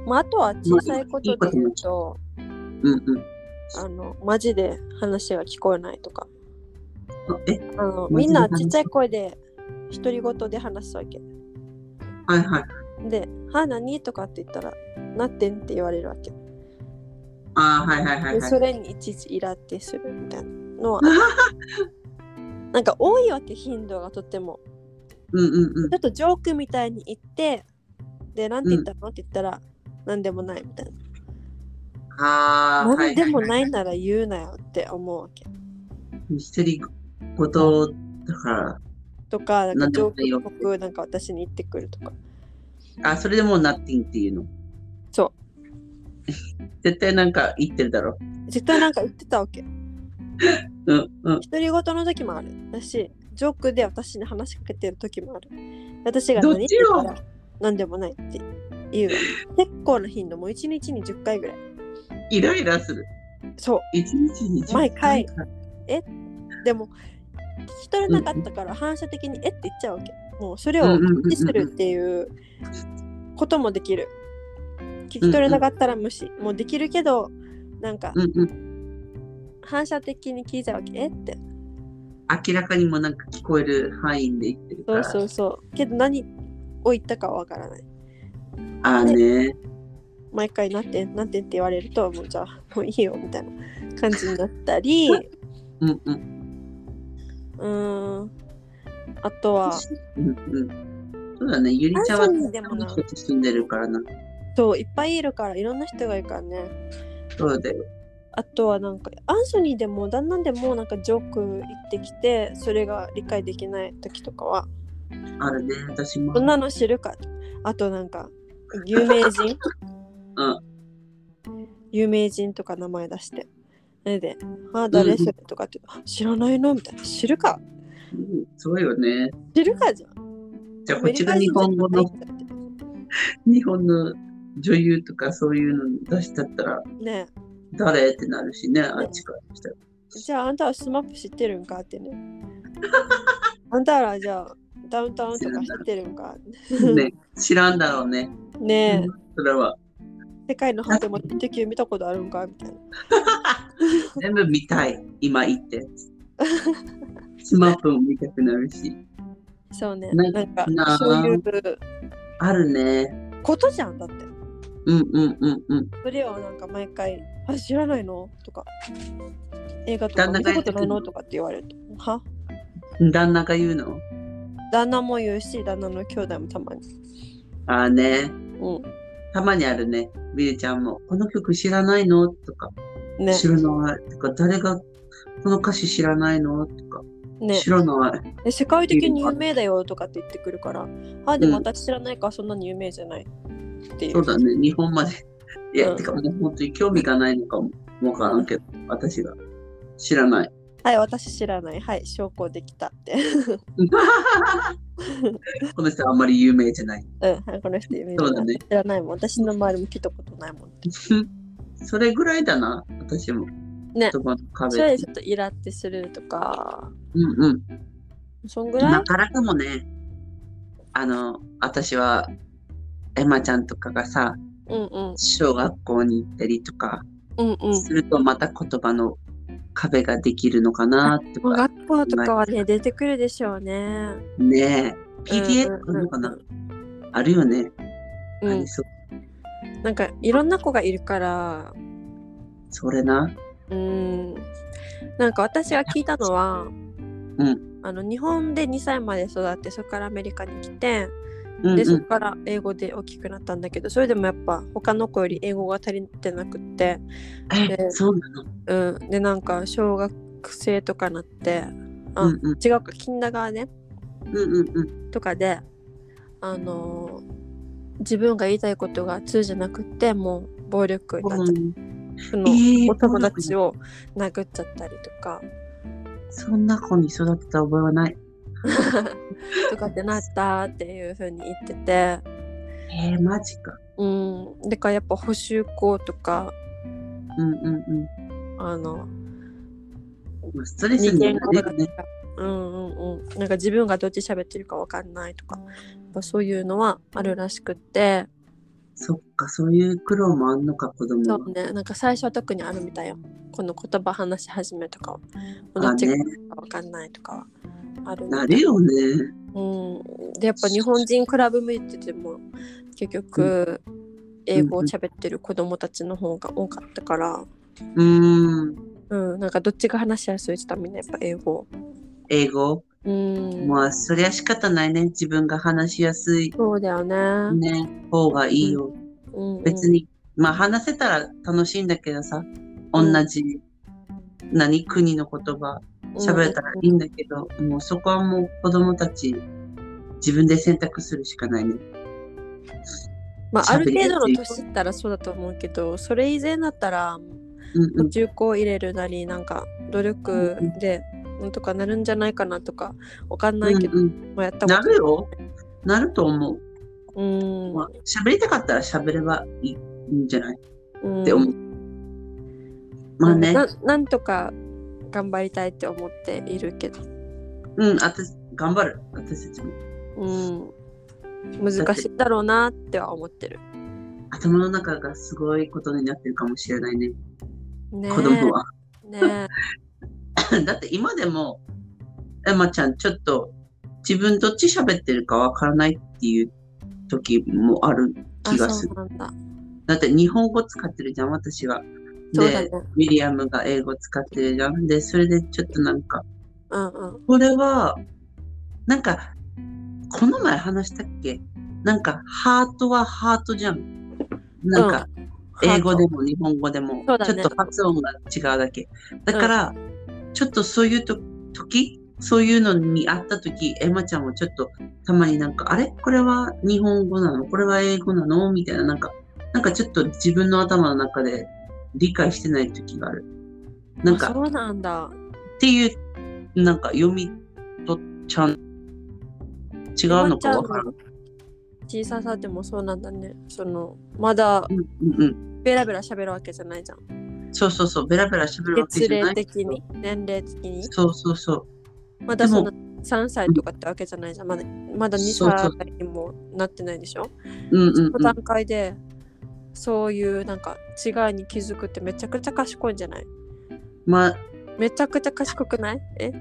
まあ、あとは小さいことで言うと、うんうんあの、マジで話が聞こえないとか。あえあの、マみジんで話なちっちゃい声で、独り言で話すわけ。はいはいで、はあ、何とかって言ったら、なってんって言われるわけ。あーはいはいはいではいそれにいちいちイラってするみたいなのは、[LAUGHS] なんか多いわけ、頻度がとっても。うんうんうんちょっとジョークみたいに言って、で、なんて言ったの、って言ったら、なんでもないみたいな。ああ、なんでもい。ないなら言うなよって思うわけ。一人ごとだかとか、なんかなんでジもョないよークっぽくなんか私に言ってくるとか。ら、あ、それでもうナッティンっていうの。。そう [LAUGHS] 絶対なんか言ってるだろ絶対なんか言ってたわけ。う。うんうん。独り言の時もある。だし、ジョークで私に話しかけてる時もある。私がどっ何ってちよ言ったら何でもないって言うわけ。結構な頻度、もう1日に10回ぐらい。イライラする。そう。一日に10毎回か。でも、聞き取れなかったから反射的にえって言っちゃうわけ。もうそれをうんうんうんうん無視するっていうこともできる。聞き取れなかったら無視。もうできるけど、なんかうんうん。反射的に聞いちゃうわけ。えって。明らかにもなんか聞こえる範囲で言ってるかそら。うそうそう。けど何を言ったかはわからない。ああね。毎回なってんなってんって言われるともうじゃあもういいよみたいな感じになった [LAUGHS] りううんうん。ーんあとはうんうん。そうだね。ゆりちゃんは何歳にでもな人と住んでるからな。そういっぱいいるからいろんな人がいるからねそうだよ。あとはなんかアンソニーでも旦那でもなんかジョーク言ってきてそれが理解できない時とかはあるね。私もそ。んなの知るかとあとなんか有名人 [LAUGHS] うん有名人とか名前出してそれで「あ誰それ?」とかって「あ知らないの?」みたいな「知るかうんそうよね。知るかじゃん」じゃあ、こっちが日本語の、日本の女優とかそういうの出しちゃったら、ねえ誰ってなるしね、あっちからしたら。じゃああんたはスマップ知ってるんかっ [LAUGHS] てねあんたらじゃあダウンタウンとか知ってるんかね、知らんだろうね。 [LAUGHS] ねえそれは。世界の果てまで行った時見たことあるんかみたいな全部見たい、今言って。スマップも見たくなるし。そうねねなんかなあそういうあるね。ことじゃんだってうんうんうんうん。それをなんか毎回「あ知らないの?」とか映画とか旦那見たが言こってとくるないのとかって言われると「は旦那が言うの。旦那も言うし旦那の兄弟もたまにああね。うたまにあるね。みゆちゃんも。この曲知らないのとか。んね知らない。とか、誰がこの歌詞知らないのとか。ね知らない。で世界的に有名だよとかって言ってくるから、あ、でも私知らないからそんなに有名じゃないっていう。そうだね、日本まで。いや、うんてかもう本当に興味がないのかもわからんけど、私が。知らない。はい、私知らない。はい、証拠できたって。 [LAUGHS] この人はあんまり有名じゃない。うん、はいこの人有名そうなだんねて知らないもん。私の周りも聞いたことないもん。それぐらいだな、私も。ね言そ葉のれ壁で。ちょっとイラってするとか、うんうん。そんぐら今いからかもね、あの、私は、エマちゃんとかがさ、うんうん。小学校に行ったりとかうんうん。すると、また言葉の壁ができるのかなともうか、学校とかはね、出てくるでしょうね。ねえ、PTA とかあるのかな、あるよね。うあんり、そう。なんかいろんな子がいるから、それな。うん、なんか私が聞いたのは、んあの日本で2歳まで育ってそこからアメリカに来てうん、うんでそこから英語で大きくなったんだけどそれでもやっぱ他の子より英語が足りてなくって、え、そうなのうん、でなんか小学生とかなってあ、うんうん違うかキンダガーねうんうんうん。とかであのー自分が言いたいことが通じなくってもう暴力になっちゃうんうそのえーお友達を殴っちゃったりとか。そんな子に育てた覚えはない。とかってなったっていう風に言ってて、えー、マジか。うん、だからやっぱ補修校とかうんうんあのうん。ストレスになるよね。うんうんうんなんか自分がどっち喋ってるかわかんないとかやっぱそういうのはあるらしくってそっか、そういう苦労もあんのか、子供そはう。ねなんか最初は特にあるみたいよこの言葉話し始めとかはどあっちがねわかんないとかはあるみたないるよね。うん、でやっぱ日本人クラブ向いてても結局英語を喋ってる子供たちの方が多かったから、うーん。うん、なんかどっちが話しやすいって言ったらみんなやっぱ英語。英語。うん。まあ、そりゃ仕方ないね。自分が話しやすい、そうだよね。ね、方がいいよ。うん、別。に、まあ、話せたら楽しいんだけどさ、同じ、何、国の言葉、喋れたらいいんだけど、もうそこはもう子供たち、自分で選択するしかないね。まあ、ある喋りやすい程度の年いったらそうだと思うけど、それ以前だったら、うんうん。中高入れるなり、なんか努力で、なんとかなるんじゃないかなとか、わかんないけど、うんうんもうやったことなるよ。なると思う。うん。まあ喋りたかったら喋ればいいいいんじゃないうんって思う。まあね、ななんとか頑張りたいって思っているけど、うん、私、頑張る。私たちも。うん。難しいだろうなっては思ってる。頭の中がすごいことになってるかもしれないね。ねえ子供は。 [LAUGHS] ねえ。だって今でも、エマちゃん、ちょっと自分どっち喋ってるかわからないっていう時もある気がする。あそうなんだ。だって日本語使ってるじゃん、私は。そうだねで、。ウィリアムが英語使ってるじゃん。で、それでちょっとなんか、うんうん。これは、なんか、この前話したっけなんか、ハートはハートじゃん。なんか、英語でも日本語でも、そうだちょねっと発音が違うだけ。だから、ちょっとそういうと時、そういうのにあった時、エマちゃんもちょっとたまになんか、あれこれは日本語なのこれは英語なのみたいな、なんか、なんかちょっと自分の頭の中で理解してない時がある。ななんんか、そうなんだ。っていう、なんか読み取っちゃう。違うのかわからん。ん。小ささでもそうなんだね。そのまだうんうんベラベラ喋るわけじゃないじゃん。うん。そうそうそう。ベラベラ喋るわけ月じゃな齢い。的に、年齢的に。そうそうそう。まだそんなで3歳とかってわけじゃないじゃん。まだまだ2そうそう歳にもなってないでしょ。うんうん、その段階でそういうなんか違いに気づくってめちゃくちゃ賢いんじゃないまあ、めちゃくちゃ賢くないえ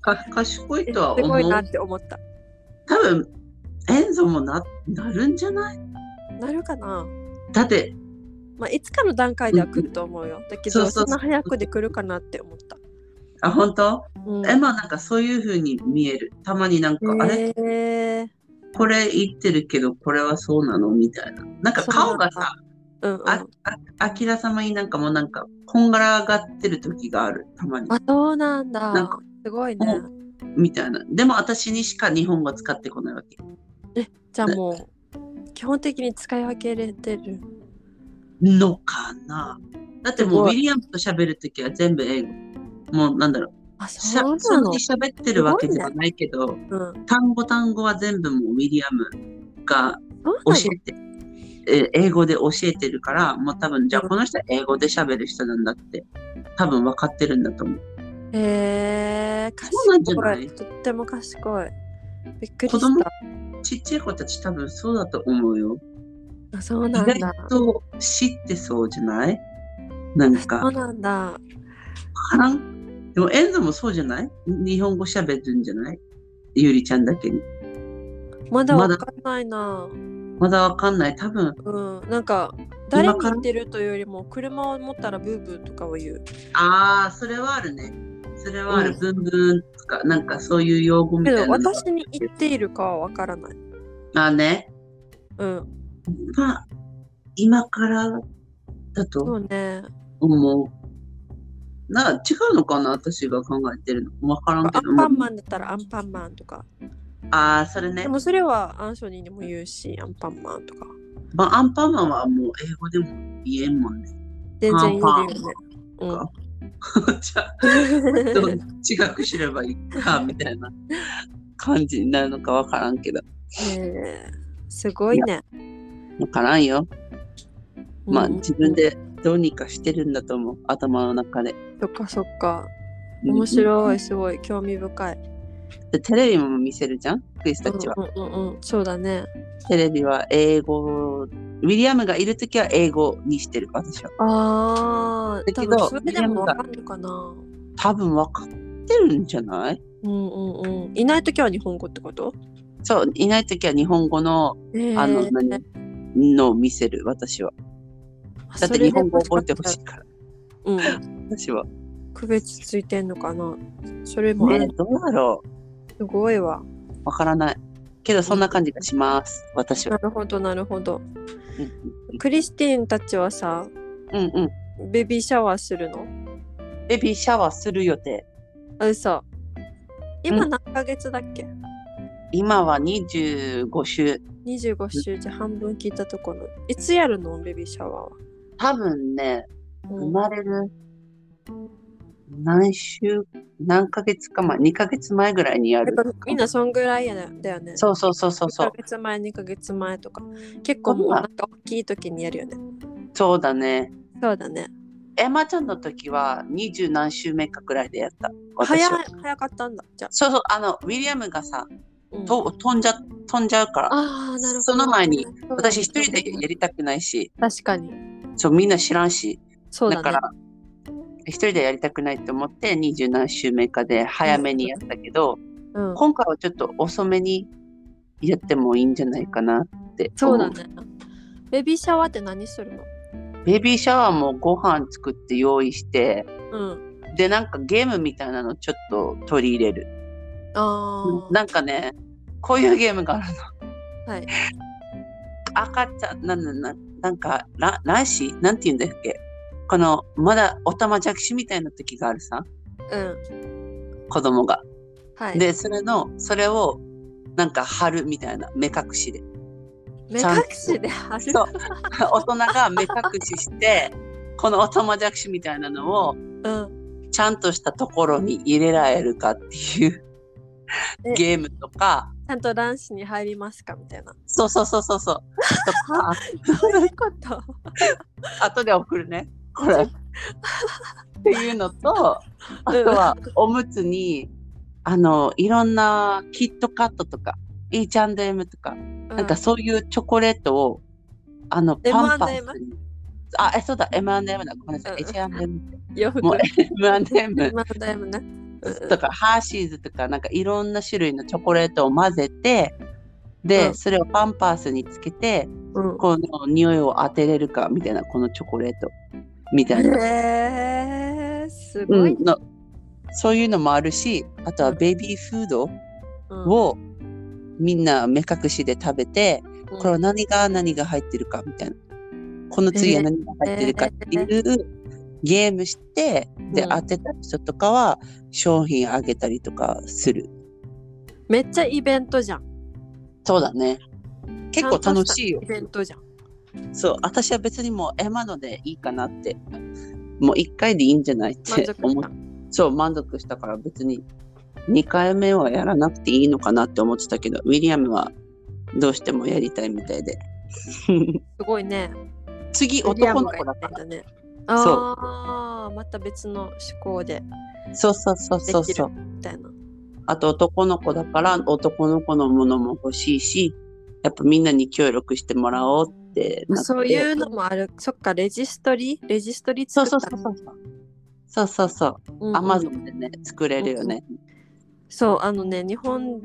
か賢いえとはす思ごいうな。って思った。多分、エンゾもな、なるんじゃないなるかなだって、まあ、いつかの段階では来ると思うよ。だけそうど、そうそそうの早くで来るかなって思った。あ、本当、うんエマなんかそういう風に見える。たまになんか、あれへーこれ言ってるけど、これはそうなのみたいな。なんか顔がさ、うんうん、ああ、あ、あきら様になんかもうなんか、こんがらがってる時がある。たまに。そうなんだ。なんかすごいもねう。みたいな。でも私にしか日本語使ってこないわけ。じゃあもう基本的に使い分けれてる。のかな。だってもうすごウィいリアムと喋るときは全部英語。もうなんだろう。あしゃそうそなんなのに。喋ってるわけではないけど、うん。単語単語は全部もうウィリアムがそう教なのえて、え英語で教えてるから、もう多分、じゃあこの人は英語で喋る人なんだって、多分分かってるんだと思う。へえー、そうなんじゃな賢いい。とっても賢い。びっくり子供した。ちっちゃい子たち多分そうだと思うよ。あそう意なんだ。外と知ってそうじゃないなんそうか、なんだ。からん。でもエンゾもそうじゃない日本語喋るんじゃないゆりちゃんだけに。まだまだわかんないな。まだわかんない。多分、うん。なんか誰今にから言ってるというよりも車を持ったらブーブーとかを言う。ああ、それはあるね。それはある。うんブンブンとか、なんかそういう用語みけたいどなの。私に言っているかはわからない。あーね。うん。まあ、今からだそとうね。思う。な、違うのかな私が考えてるの。わからんけアど。ンパンマンだったらアンパンマンとか。ああ、それねで。もそれはアンソニーにも言うし、アンパンマンとか。まあ、アンパンマンはもう英語でも言えんもんね。 [LAUGHS] 全然言えるよね。ンうじゃあ、ん。 [LAUGHS] どう違く知ればいいか、みたいな感じになるのかわからんけど。えーすごいね。わからんよ。まあ、うん自分。でどうにかしてるんだと思う。頭の中で。そっかそっか。うん面白い、すごい、興味深い。でテレビも見せるじゃんクイズたちは。うんうんうんうん、そうだね。テレビは英語、ウィリアムがいるときは英語にしてる、私は。ああ、だ多けど分それでもわかんのかな。多分分かってるんじゃないうんうんうん。いないときは日本語ってことそう、いないときは日本語の、あの、何のを見せる、私は。だって日本語覚えてほしい。から、えーあそれでもわかったうん。私は。区別ついてんのかな。それもあねる、どうだろすごいわ。うわからない。けど、そんな感じがします、私なは。るほど、なるほど。うんクリスティーンたちはさ、うんうん。ベビーシャワーするのベビーシャワーする予定。あ、嘘。今う何ヶ月だっけ今は25週。 25週じゃ半分聞いたところいつやるのベビーシャワーは、多分ね、う生んまれる何週、何ヶ月か前、2ヶ月前ぐらいにややるっ。ぱみんなそんぐらいやねだよねそうそうそうそうそう1ヶ。月前2ヶ月前とか結構もうそんななんか大きい時にやるよねそうだね。そうだねエマちゃんの時は二十何週目かくらいでやった。私早はい早かったんだじゃあ、そうそう、あの、ウィリアムがさ、うんと飛んじゃ飛んじゃうから、ああなるほどその前にそうだね私一人でやりたくないし、確かにそう、みんな知らんし、そうだ,、だね、から、一人でやりたくないと思って二十何週目かで早めにやったけど、うん、今回はちょっと遅めにやってもいいんじゃないかなってそうだ思ねベビーシャワーって何するのベビーシャワーもご飯作って用意して、うんで、なんかゲームみたいなのちょっと取り入れる。ああなんかね、こういうゲームがあるの。はい赤ちゃん、なんなんなんなんか、ら卵子なんて言うんだっけこの、まだおたまじゃくしみたいな時があるさ、うん子供が。はいで、それの、それを、なんか貼るみたいな、目隠しで。目ちゃん隠としで貼るそう。 [LAUGHS] 大人が目隠しして、このおたまじゃくしみたいなのを、うんちゃんとしたところに入れられるかっていうえゲームとか、ちゃんと卵子に入りますかみたい [LAUGHS] なそうそうそうそうそう。とか、どういうこと後で送るねこ [LAUGHS] れっていうのとあとはおむつにあのいろんなキットカットとか H&M とか、なんかそういうチョコレートをあのパンパスに M&M あえそうだ M&M だごめんなさい、うん H&M うん洋服もう M&M 今のだいぶね。とかハーシーズとかなんかいろんな種類のチョコレートを混ぜてで、うんそれをパンパースにつけてうんこの匂いを当てれるかみたいなこのチョコレートみたいなへえー、すごういん、。のそういうのもあるしあとはベビーフードうんをみんな目隠しで食べて、うんこれは何が何が入ってるかみたいなこの次は何が入ってるかっていうゲームして、で、うん当てた人とかは商品あげたりとかする。めっちゃイベントじゃん。そうだね。結構楽しいよイ。ベントじゃん。そう、私は別にもうエマのでいいかなって。もう一回でいいんじゃないっ満て足思し。ったそう、満足したから別に2回目はやらなくていいのかなって思ってたけど、ウィリアムはどうしてもやりたいみたいで。すごいね。次、ウィリア男ムのが言子だっかてんだら。ね。そうああ、また別の思考でそうそうそうでそうきそるう。みたいな。あと男の子だから男の子のものも欲しいし、やっぱみんなに協力してもらおうってなって。そういうのもある。そっか、レジストリレジストリそう作そうったそうそう。そうそうそう。うんうアんマゾンでね、作れるよね。そう、あのね、日本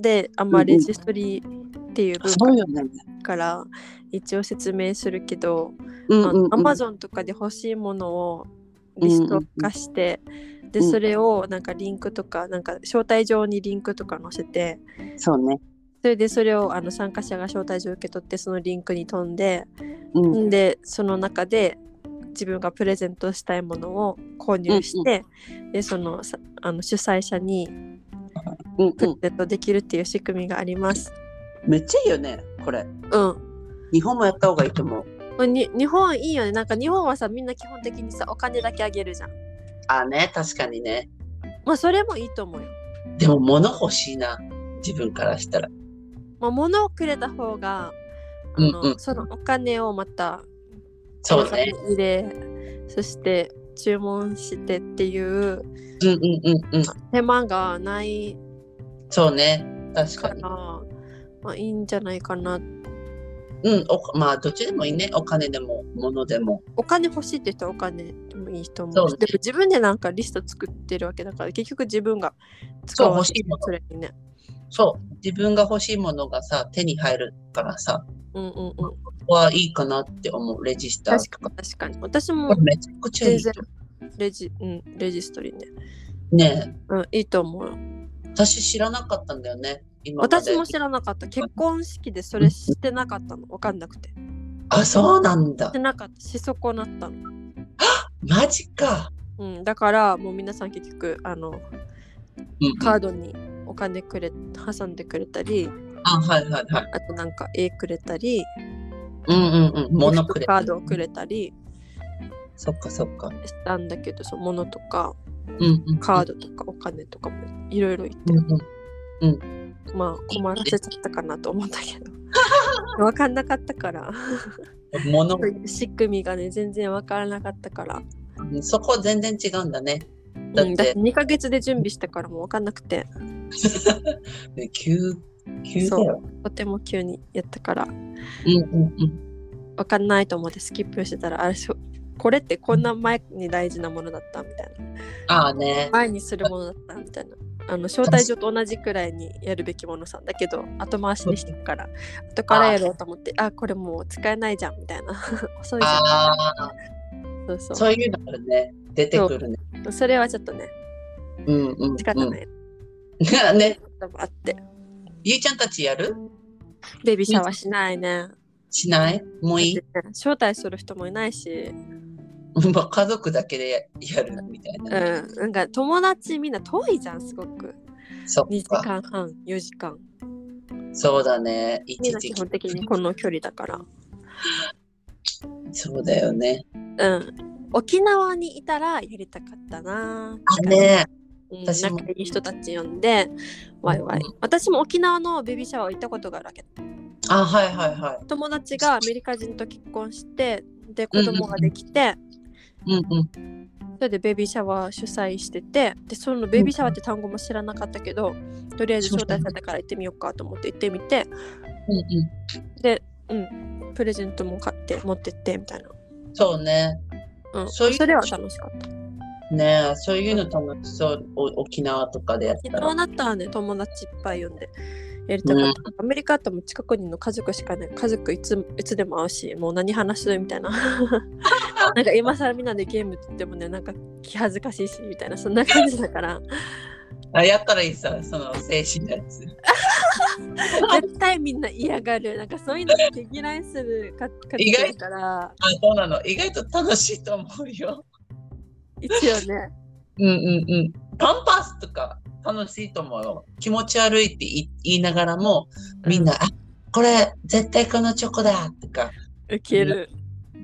であんまレジストリっていう文そう化よね。から一応説明するけど、うんあうん、うのん。Amazon とかで欲しいものをリスト化して、でうんそれをなんかリンクとかなんか招待状にリンクとか載せてそうね。それでそれをあの参加者が招待状を受け取ってそのリンクに飛んで、うん。でその中で自分がプレゼントしたいものを購入して、でそのさあの主催者にうんプレうん。ゼントできるっていう仕組みがあります。めっちゃいいよね、これ。うん日本もやった方がいいと思う。に日本いいよねなんか日本はさみんな基本的にさお金だけあげるじゃんあね、確かにね。まあそれもいいと思うよ、でも物欲しいな、自分からしたら。まあ、物をくれた方があの、うんうんそのお金をまたそうね。口座に入れそして注文してっていううんうんうんうん。手間がないそうね。確かからに。まあいいんじゃないかなうん、おまあ、どっちでもいいね。お金でも、物でも。お金欲しいって人はお金でもいいと思そううねでも自分でなんかリスト作ってるわけだから結局自分が使そう、うわ欲けしいもの。それにねそう、自分が欲しいものがさ、手に入るからさ、うんうんうんここはいいかなって思う、レジスター確とかか。に確かに私もこれめちゃくちゃいいと思レジ、うん、レジストリね。う。ねえ、うん、いいと思うよ。私知らなかったんだよね、今まで。私も知らなかった。結婚式でそれしてなかったの。わかんなくて。しあ、そうなんだて。なかった。し損なったの。マジか。うん、だから、もう皆さん結局、あの、うんうん、カードにお金くれ、挟んでくれたり、あ、はいはいはい。あとなんか絵くれたり、うんうんうん。物くギフトれカードをくれたりそっかそっか。したんだけど、そう、物とか、うんうんうん。カードとかお金とかもいろいろ、うんうん。まあ、困らせちゃったかなと思った [LAUGHS] けど。わかんなかったから。物仕組みがね、全然わからなかったから。うんそこ全然違うんだね。だだっってて,、2ヶ月で準備したからもう分かんなくてね急、急だよ。とても急にやったからうんうんうん。分かんないと思ってスキップしてたらあれそうこれってこんな前に大事なものだったみたいなああね。前にするものだったみたいなあの招待状と同じくらいにやるべきものさだけど後回しにしてたから後からやろうと思ってあこれもう使えないじゃんみたいな [LAUGHS] 遅いじゃんああ、そうそうそそういうのあるね。出てくるね。れはちょっとねうんうん、うん。仕方ない、 [LAUGHS] ね、こともあってゆいちゃんたちやるベビーシャワーしないねしないもういいだってね招待する人もいないしま [LAUGHS] あ家族だけでやるみたいな。うん、なんか友達みんな遠いじゃんすごくそ2っ時か。間半4時間そうだね。み一んな時基期本。的にこの距離だかそうだよね。らうん沖縄にいたらやりたかったなってあ感じねうん、私も仲いい人たち呼んでワイワイう私も沖縄のベビーシャワー行ったことがあるわけあ、はいはいは友達がアメリカ人と結婚してで子供ができて、い。うんうん。それでベビーシャワー主催しててでそのベビーシャワーって単語も知らなかったけど、とりあえず招待されたから行ってみようかと思って行ってみてうんうで、うん、プレゼントも買って持ってってみたいな。ん。そうね。うん、そそういうれは楽しかった。ねそういうの楽しそう。お沖縄とかでやったそうら。なったらね、友達いっぱい呼んでやりたかった。アメリカってもう近くにいるの家族しかね、家族いついつでも会うし、もう何話すみたい [LAUGHS] な。なんか今更みんなでゲームって言ってもね、なんか気恥ずかしいしみたいな、そんな感じだから、あやったらいいさ、その精神のやつ。 [LAUGHS] 絶対みんな嫌がる。なんかそういうの毛嫌いするか家族だから。あ、そうなの。意外と楽しいと思うよ。一応ね。うんうんうん。パンパスとか楽しいと思うよ。気持ち悪いって言い言いながらも、みんな、あこれ絶対このチョコだとか、ウケる。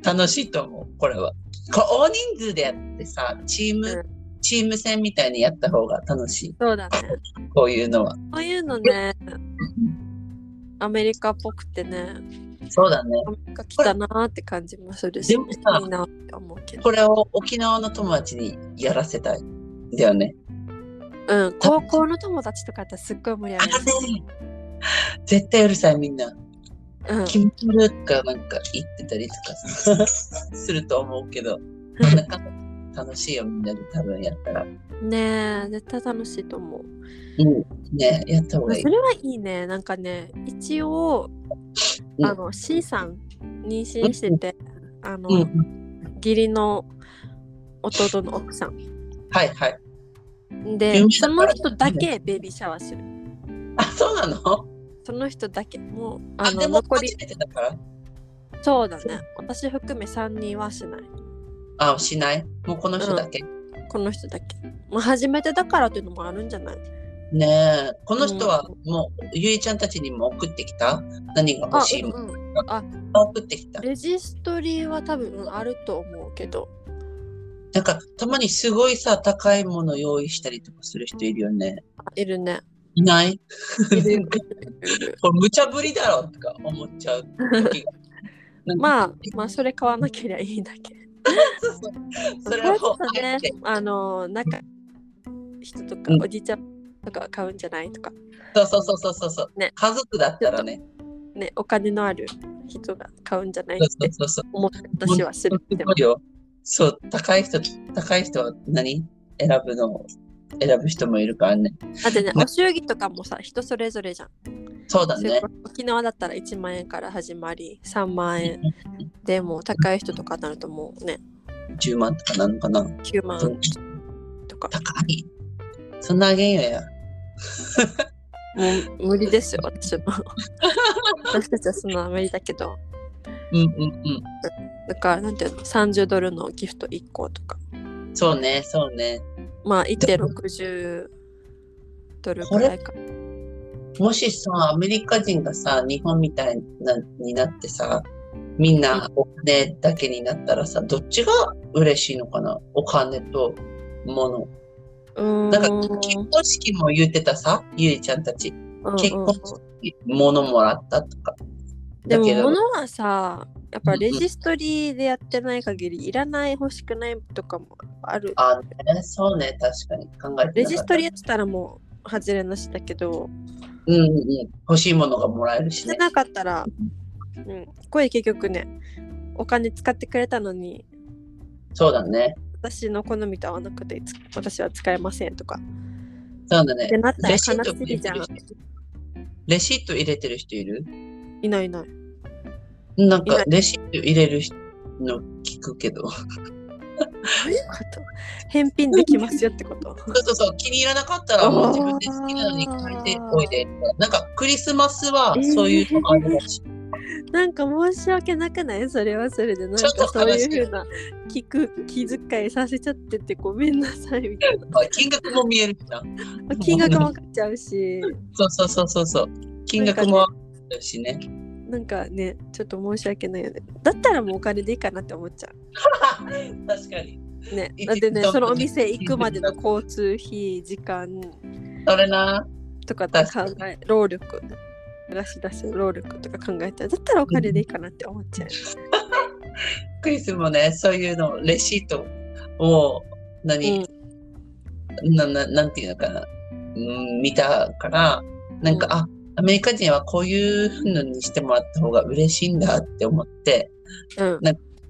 楽しいと思う、これは。こう大人数でやってさ、チーム、うチーム戦みたいにやった方が楽しい、そうだね。こういうのは。こういうのね、アメリカっぽくてね、そうだね。アメリカ来たなーって感じもするし、でもさいいなって思うけど。これを沖縄の友達にやらせたい。だよね。うん、高校の友達とかやったらすっごい盛り上あがのね絶対うるさいみんな。る。うん、気持ち悪いとかなんか言ってたりとかすると思うけど、なかなか楽しいよみんなで多分やったら。ねえ絶対楽しいと思ううん。ねやった方がいいそ。れはいいねなんかね一応うんあの C さん妊娠しててあの、うん。義理の弟の奥さんはいはい。で有名そだかのら人だけベビーシャワーするあ、そうなのその人だけもうああのでも残り初めてだから。そうだね私含め3人はしないあ、しない。もうこの人だけ。この人だけまあ初めてだからっていうのもあるんじゃないねえ。この人はもう、ゆいちゃんたちにも送ってきた何があ欲しい、ものうんうん送ってきた。レジストリーは多分うんあると思うけどなんか、たまにすごいさ、高いもの用意したりとかする人いるよね。あいる [LAUGHS] ねいないいるいこいるれ無茶ぶりだろとか思っちゃう [LAUGHS] 時が。あ、まあまあそれ買わなけりゃいいだけ。そうそうそれはをちょっとあえねて、あのなんか人とかうんおじいちゃんとか買うんじゃないとかそうそうそうそうそうそう、ね家族だったらね。ねお金のある人が買うんじゃないっそうそてうそうそう。思って私はするすでごもいよ。そう、高い人、高い人は何選ぶの選ぶ人もいるからね。あとねお祝儀とかもさ人それぞれじゃん。そうだそれねこ。そ沖縄だったら1万円から始まり3万円でもう高い人とかなるともうね10万とかなのかな。 9万とか高い。そんなあげんよや。もう無理ですよ私 [LAUGHS] の私たちはそんな無理だけどうんうんだからなんていうの30ドルのギフト1個とか。うん。そうね、そうね。まあ1.60ドルくらいか。もしさ、アメリカ人がさ、日本みたいなになってさ、みんなお金だけになったらさ、どっちが嬉しいのかなお金と物。うーんなんか結婚式も言ってたさ、ゆいちゃんたち。結うんう婚ん式、物もらったとか。でだもけど、物はさ、やっぱレジストリーでやってない限り、いらない欲しくないとかもある。あね、そうね、確かに考えてレジストリーーやってたらもう外れなしだけど、うんうん。欲しいものがもらえるししてね。なかったら、うん、これ結局ね、お金使ってくれたのに、そうだね。私の好みと合わなくて、つ私は使えませんとか。そうだねって。なったらレ悲シーしト入いれじてゃんる。人。レシート入れてる人いるいないいない。 [LAUGHS] なんいなかいレシート入れる人の聞くけど。どういうこと返品できますよってこと。そうそうそう、気に入らなかったらもう自分で好きなのに書いておいで。なんかクリスマスはそういうのあるらしい。なんか申し訳なくないそれはそれでなんちょっかとそう悲しいいうふうな聞く気遣いさせちゃっててごめんなさいみたい [LAUGHS] なまあ金額も見えるじゃん。金額もかかっちゃうしそうそうそうそうそう。金額もあるしね。なんかねちょっと申し訳ないよねだったらもうお金でいいかなって思っちゃ確かに。うね一だってね一日そのお店行くまでの交通費時間それな。とかって考え労力出し出し労力とか考えたらだったらお金でいいかなって思っちゃうクリスもね、そういうの、レシートを、何、なななんていうのかな、うん、見たから、なんか、うんあ、アメリカ人はこういうのにしてもらった方が嬉しいんだって思って、うん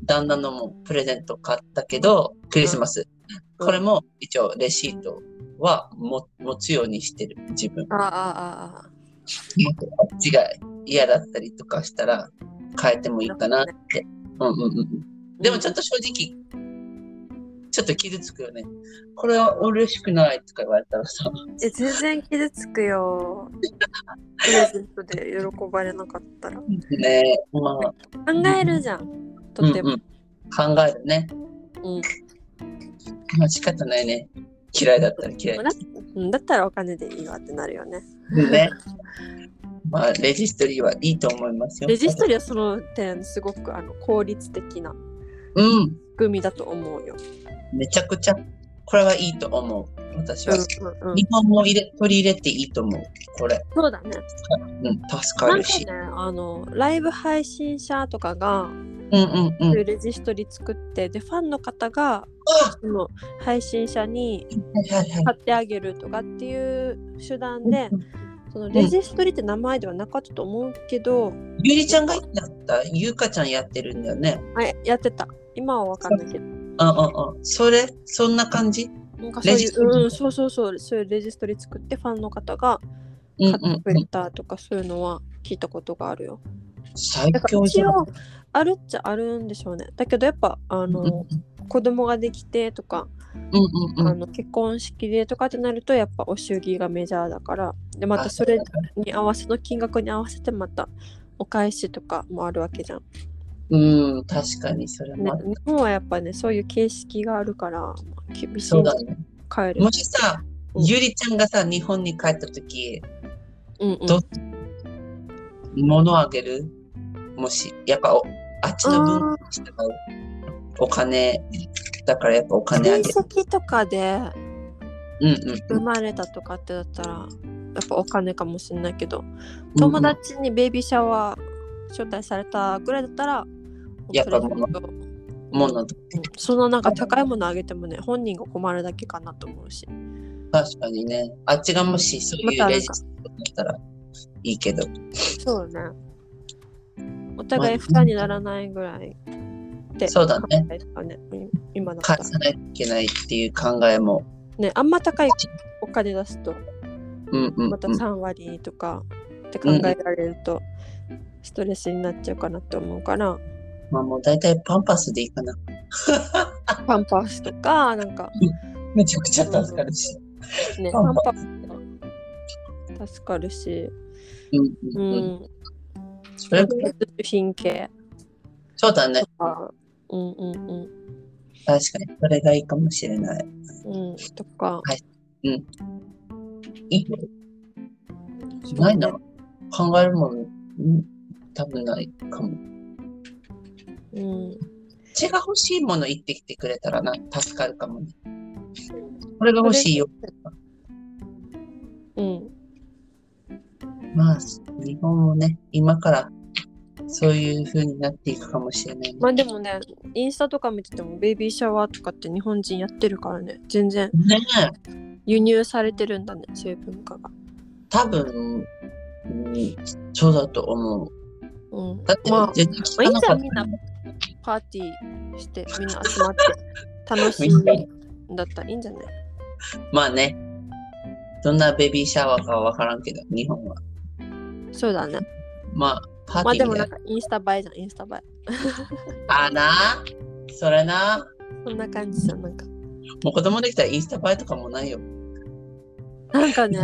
旦那のもプレゼント買ったけど、クリスマス。うんこれも一応レシートはも持つようにしてる、自分。あああああああっちが嫌だったりとかしたら、変えてもいいかなって。うんうんうんうん。でもちょっと正直、ちょっと傷つくよね。これは嬉しくないとか言われたらさ、え全然傷つくよ。プレゼントで喜ばれなかったら。考ねまあ、えるじゃん。とても。うんうん考えるね。うんまあ仕方ないね。嫌いだったら嫌い。だうんだったらお金でいいわってなるよね。ね。まあ、レジストリーはいいと思いますよ。レジストリーはその点すごくあの効率的なうん。組だと思うよ。めちゃくちゃ、これはいいと思う。私は。うんうんうん、日本も入れ取り入れていいと思う。これ。そうだね。うん。助かなんかねるし。あのライブ配信者とかがうんうんうん。レジストリー作ってでファンの方があその配信者にはいはいはい。買ってあげるとかっていう手段でうんうんそのレジストリーって名前ではなかったと思うけど、ゆりちゃんがやった、ゆうかちゃんやってるんだよね。あやってた今は分かんないけどうんうんうん。それ、そんな感じなんかそうレいジうストリーうん、そうそうそうそういうレジストリー作ってファンの方がう買んうってんくうれん。たとかそういうのは聞いたことがあるよ。最だから強じ一ゃん。応あるっちゃあるんでしょうね。だけどやっぱあうんうんの子供ができてとか、うんうあん。の結婚式でとかってなるとやっぱお祝儀がメジャーだからでまたそれに合わせの金額に合わせてまたお返しとかもあるわけじゃん。うん、確かにそれねもある。日本はやっぱねそういう形式があるから厳しいそうだね。変える。もしさ、うんゆりちゃんがさ、日本に帰った時、うんうんど物あげるもし、やっぱおあっちの文化に従うお金、だからやっぱお金あ親げる。戚とかでうんうん生まれたとかってだったらやっぱお金かもしれないけど友達にベイビーシャワー招待されたぐらいだったらやっぱプレゼントうん。もの、そのなんか高いものあげてもね本人が困るだけかなと思うし確かにね。あっちがもしそうまいたうなんかレジストだったらいいけど。そうねお互い負担にならないぐらいでそうだね。考えたらねうん今だった返らさないといけないっていう考えも。ねあんま高いお金出すとうんうん、うん。また3割とかって考えられるとストレスになっちゃうかなって思うから、まあもう大体パンパスでいいかな。パンパースとか、なんか、めちゃくちゃ助かるし。ね、パパンンパパース助かるし、うんううんうん。ん、それ品系そうだねと。か、うんうんうん確かに。それがいいかもしれない。、うん、とか、いいないな。考えるもの、うん多分ないかも。うん、血が欲しいもの言ってきてくれたらな、助かるかもね。これが欲しいよ。うん、まあ、日本もね、今からそういう風になっていくかもしれないね。まあでもね、インスタとか見てても、ベイビーシャワーとかって日本人やってるからね、全然ねえ、輸入されてるんだね、そういう文化が。多分、うん、そうだと思う。うん、だって、まあ、全然聞かなかっまたあいいじゃんパーティーして、みんな集まって、楽しいんだったらいいんじゃないまあね、どんなベビーシャワーかは分からんけど、日本は。そうだね。まあ、パまーあテでィーもみたないんかインスタ映えじゃん、インスタ映え。あな、それな、そんな感じさ、なんか。もう子供できたらインスタ映えとかもないよ。なんかね、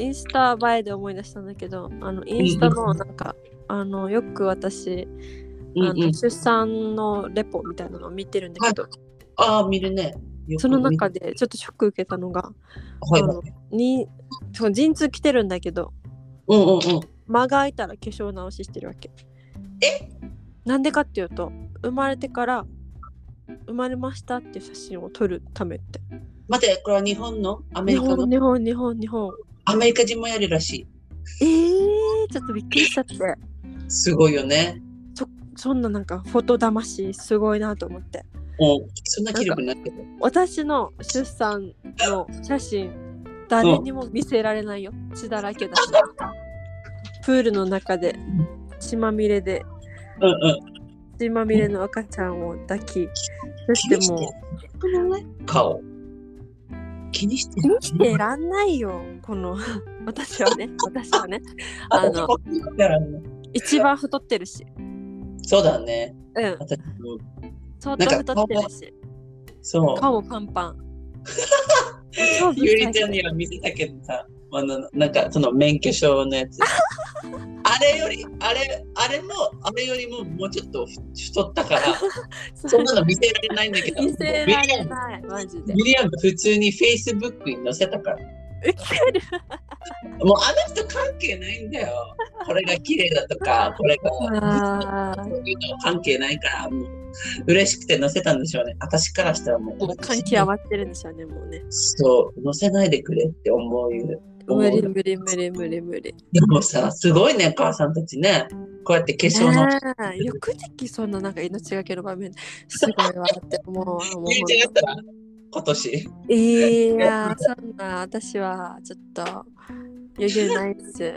インスタ映えで思い出したんだけど、あのインスタのなんか、あのよく私、うんあうんの、出産のレポみたいなのを見てるんだけど、ああ、見るね。よくその見中でちょっとショック受けたのが、はいあはいのにそう陣痛来てるんだけど、うんうんうん。間が空いたら化粧直ししてるわけ。えなんでかっていうと、生まれてから、生まれましたっていう写真を撮るためって。待って、これは日本のアメ日リカ本、の日本、日本、日本。アメリカ人もやるらしえー、ちょっとびっくりしちゃってい。すごいよね。そんななんかフォト魂すごいなと思ってもう、そんな気力になってる。私の出産の写真誰にも見せられないよ血だらけだしプールの中で血まみれでうんうん。血まみれの赤ちゃんを抱きそしても気にしてる顔。気にしてう気るにしてらんないよこの私はね私はねあの男だからね一番太ってるしそうだね。うん私も相当太ってるしそう。顔もパンパン超ぶっゆ刺してりちゃんには見せたけどさ、あのなんかその免許証の [LAUGHS] やつあれよりあれあれもあれよりももうちょっと太ったからそんなの見せられないんだけど見せられないマジでミリアム普通にフェイスブックに載せたからウケるもうあの人関係ないんだよこれが綺麗だ [LAUGHS] とかこれがあーそういうの関係ないからもう嬉しくて載せたんでしょうね私からしたらもうもう感極まってるんでしょうねもうねそう載せないでくれって思う無理無理無理無理無理でもさ、すごいね、母さんたちね。こうやって化粧の。ねえよくできそんななんか命がけの場面すごいわってもうもうゆうちゃんやったら、今年。い [LAUGHS] やーそんな私はちょっと余裕ないっす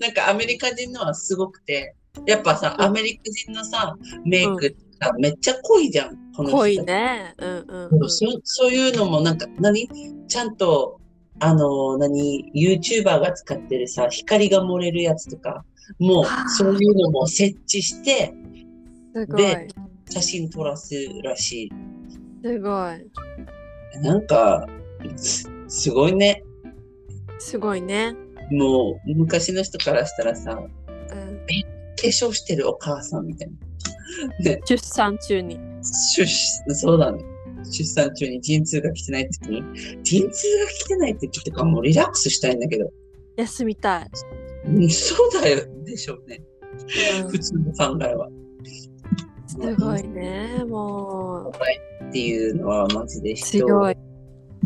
なんかアメリカ人のはすごくて、やっぱさ、アメリカ人のさ、メイクってさ、めっちゃ濃いじゃん。この人濃いねうんうん、そうそうそういうのも、なんか、何ちゃんと、あの、何 ?YouTuber が使ってるさ、光が漏れるやつとか、もはあう、そういうのも設置して、すごいで写真撮らすらしい。すごいなんか、すすごいね。すごいねもう昔の人からしたらさ化うん粧してるお母さんみたいな出産中に出そうだね出産中に陣痛が来てない時に陣痛が来てない時とかもうリラックスしたいんだけど、休みたい、うん、そうだよでしょうねうん普通の考えはすごいねもっていうのはマジでう人を強い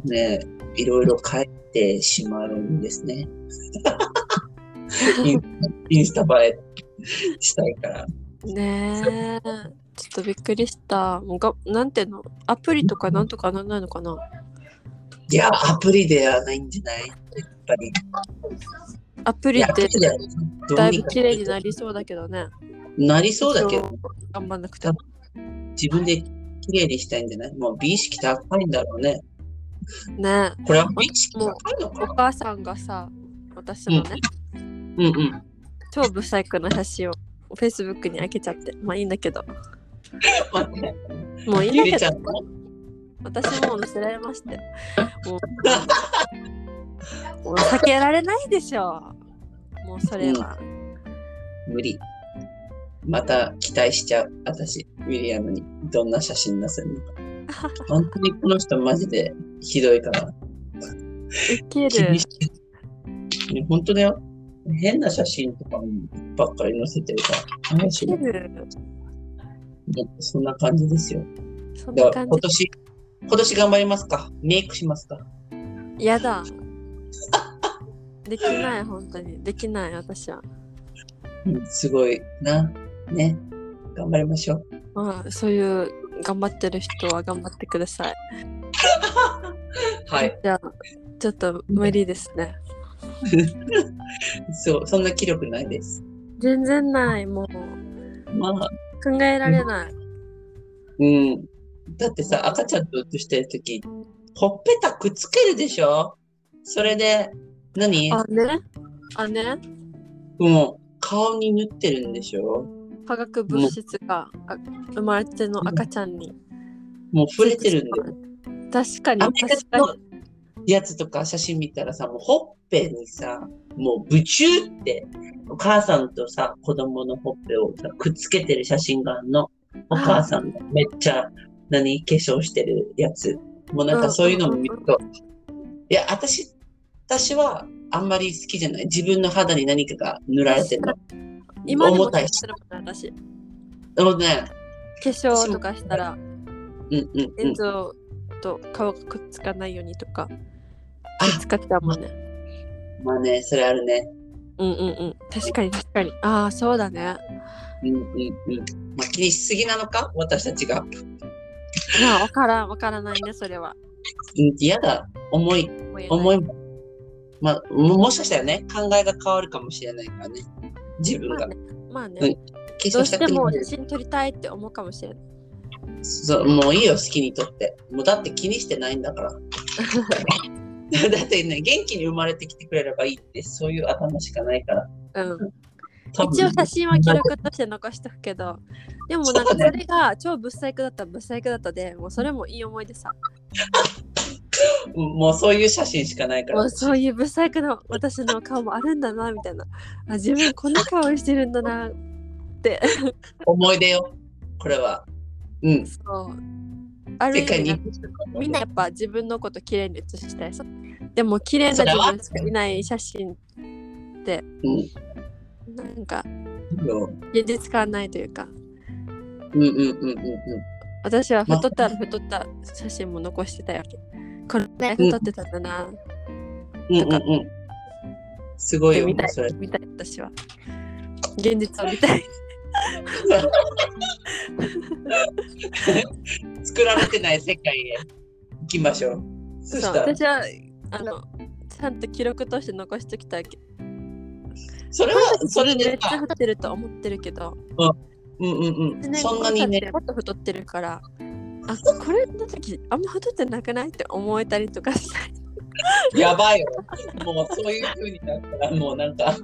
ねいろいろ変えてしまうんですね [LAUGHS] インインスタ映えしたいからねえちょっとびっくりしたもうがなんていうのアプリとかなんとかなんないのかないやアプリではないんじゃないやっぱりアプリっアプてリではだどういにぶか綺麗になりそうだけどねなりそうだけど、頑張んなくて多自分で綺麗にしたいんじゃないもう美意識高いんだろうね。ねこれは美意識高いのおか母さんがさ私のね、うんうん。超ブサイクな写真を Facebook に開けちゃってまあいいんだけど待ってもういいゆんりだちけゃどんの私もう乗せられましたよもうもう避けられないでしょもうそれは、無理。また期待しちゃう。私、ウィリアムにどんな写真載せるのか。 [LAUGHS] 本当にこの人マジでひどいから。ウケ気るにしてね本当だよ。変な写真とかばっかり載せてるから。ウケるそんな感じですよ。そんでなは感今年、今年頑張りますかメイクしますかじ。やだ。できない、本当に。できない、私は。うんすごいな。ね。頑張りましょう。まあ、そういう頑張ってる人は頑張ってください。はい。。じゃあ、ちょっと無理ですね。そう、そんな気力ないです。全然ない、もう。まあ、考えられない。うん。だってさ、赤ちゃんと写してるとき、ほっぺたくっつけるでしょそれで、何あ、ねあ、ねもう、顔に塗ってるんでしょ化学物質があ生まれての赤ちゃんに。もう触れてるんだよ。確かに、アメ確リカのかに。やつとか写真見たらさ、もうほっぺにさ、もうブチューって、お母さんとさ、子供のほっぺをさくっつけてる写真があるの。お母さんがめっちゃ、何、化粧してるやつ。もうなんかそういうのも見ると、いや、私、私はあんまり好きじゃない。自分の肌に何かが塗られてるの。今でも重たいしするもんね私。化でもね、粧とかしたら、うんうんうん映。像と顔がくっつかないようにとか、くあっつかったもんね。まあね、それあるね。うんうんうん。確かに確かに。ああ、そうだね。うんうんうん。まあ気にしすぎなのか私たちが。まあ、わからん、わからないね、それは。うん嫌だ。重い。思えない思いも、まあ、ももしかしたらね、考えが変わるかもしれないからね、自分まあが。ね。まあうねん。化ど粧うしたしくてなもい写真撮りたいって思うかもしれない。そうもういいよ、好きにとって。もうだって気にしてないんだから。 [LAUGHS] だってね、元気に生まれてきてくれればいいって、そういう頭しかないから。うん、多分一応写真は記録として残しておくけど、でもなんかそれが超ブサイクだった、ブサイクだったで、もうそれもいい思い出さ。もうそういう写真しかないかもらうそういう不細工な私の顔もあるんだなみたいなあ自分こんな顔してるんだな思い出よこれはうんそうある世意界味になんかみんなやっぱ自分のこと綺麗に写したいさでも綺麗な自分しかいない写真ってなんかうん現実感ないというかうんうんうんうんうん私は太ったら太った写真も残してたわけこれねうん太ってたんだなっうんうんうんすごいてよ見たねいそれ見たい私は現実を見たい作られてない世界へ行きましょうそそうしたら私はあのちゃんと記録として残してきたわけそれはそれめでっちゃさ太ってると思ってるけどうんうんうんそんなにねもっと太ってるからあこれの時あんま太ってなくないって思えたりとかしたいやばいよもうそういう風になったらもうなんか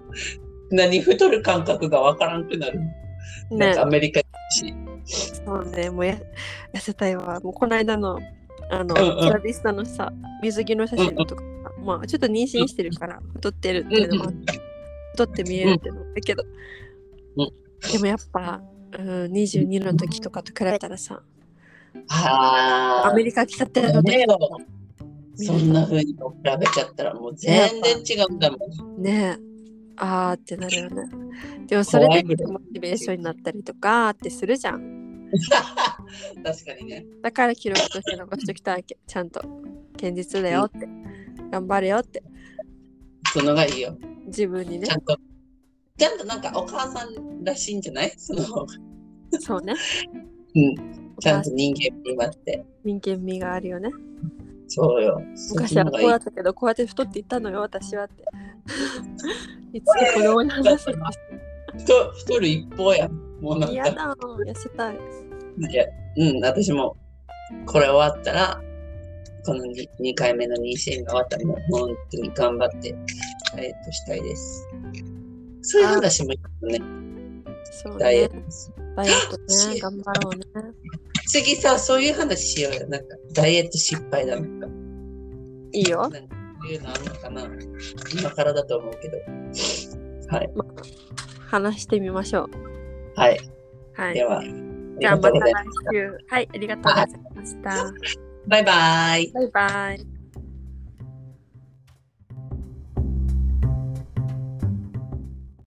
何太る感覚がわからんくなるなんねかアメリカそうねもうや [LAUGHS] 痩せたいわもうこの間のあの、うんうんトラビスタのさ水着の写真とか、まあちょっと妊娠してるから太ってるっていうのもあって太って見えるっていうのもあるけど、うんでもやっぱ、うん、22の時とかと比べたらさああアメリカ来たっての時ねそんな風に比べちゃったらもう全然違うんだもん。ねえあーってなるよねでもそれで怖いぐらいモチベーションになったりとかってするじゃん確かにね。だから記録として残しておきたいわけちゃんと現実だよって頑張れよってそのがいいよ。自分にねちゃんと。ちゃんとなんかお母さんらしいんじゃないその、そうねうん、おちゃ母んとさん人間味があって。人間味があるよねそうよ。昔そはのこうがいいだったけどこうやって太っていったのよ私はって [LAUGHS] いつか子供に話すの太太る一方やん。もうなん嫌か、だ痩せたいいやうん、私もこれ終わったら、この 2, 回目の妊娠が終わったらもう本当に頑張ってダイエットしたいです。そういう話もいいよね。そうダイエねット。ダイエットね頑張ろうね次さ、そういう話しようよ。なんか、ダイエット失敗だなんか。いいよなんか、そういうのあるのかな今からだと思うけど。はい。話してみましょうはい。はいでは、あじりゃあがとまうごたざ来いました。週。はい、ありがとうございました。バイバイ。バイバイ。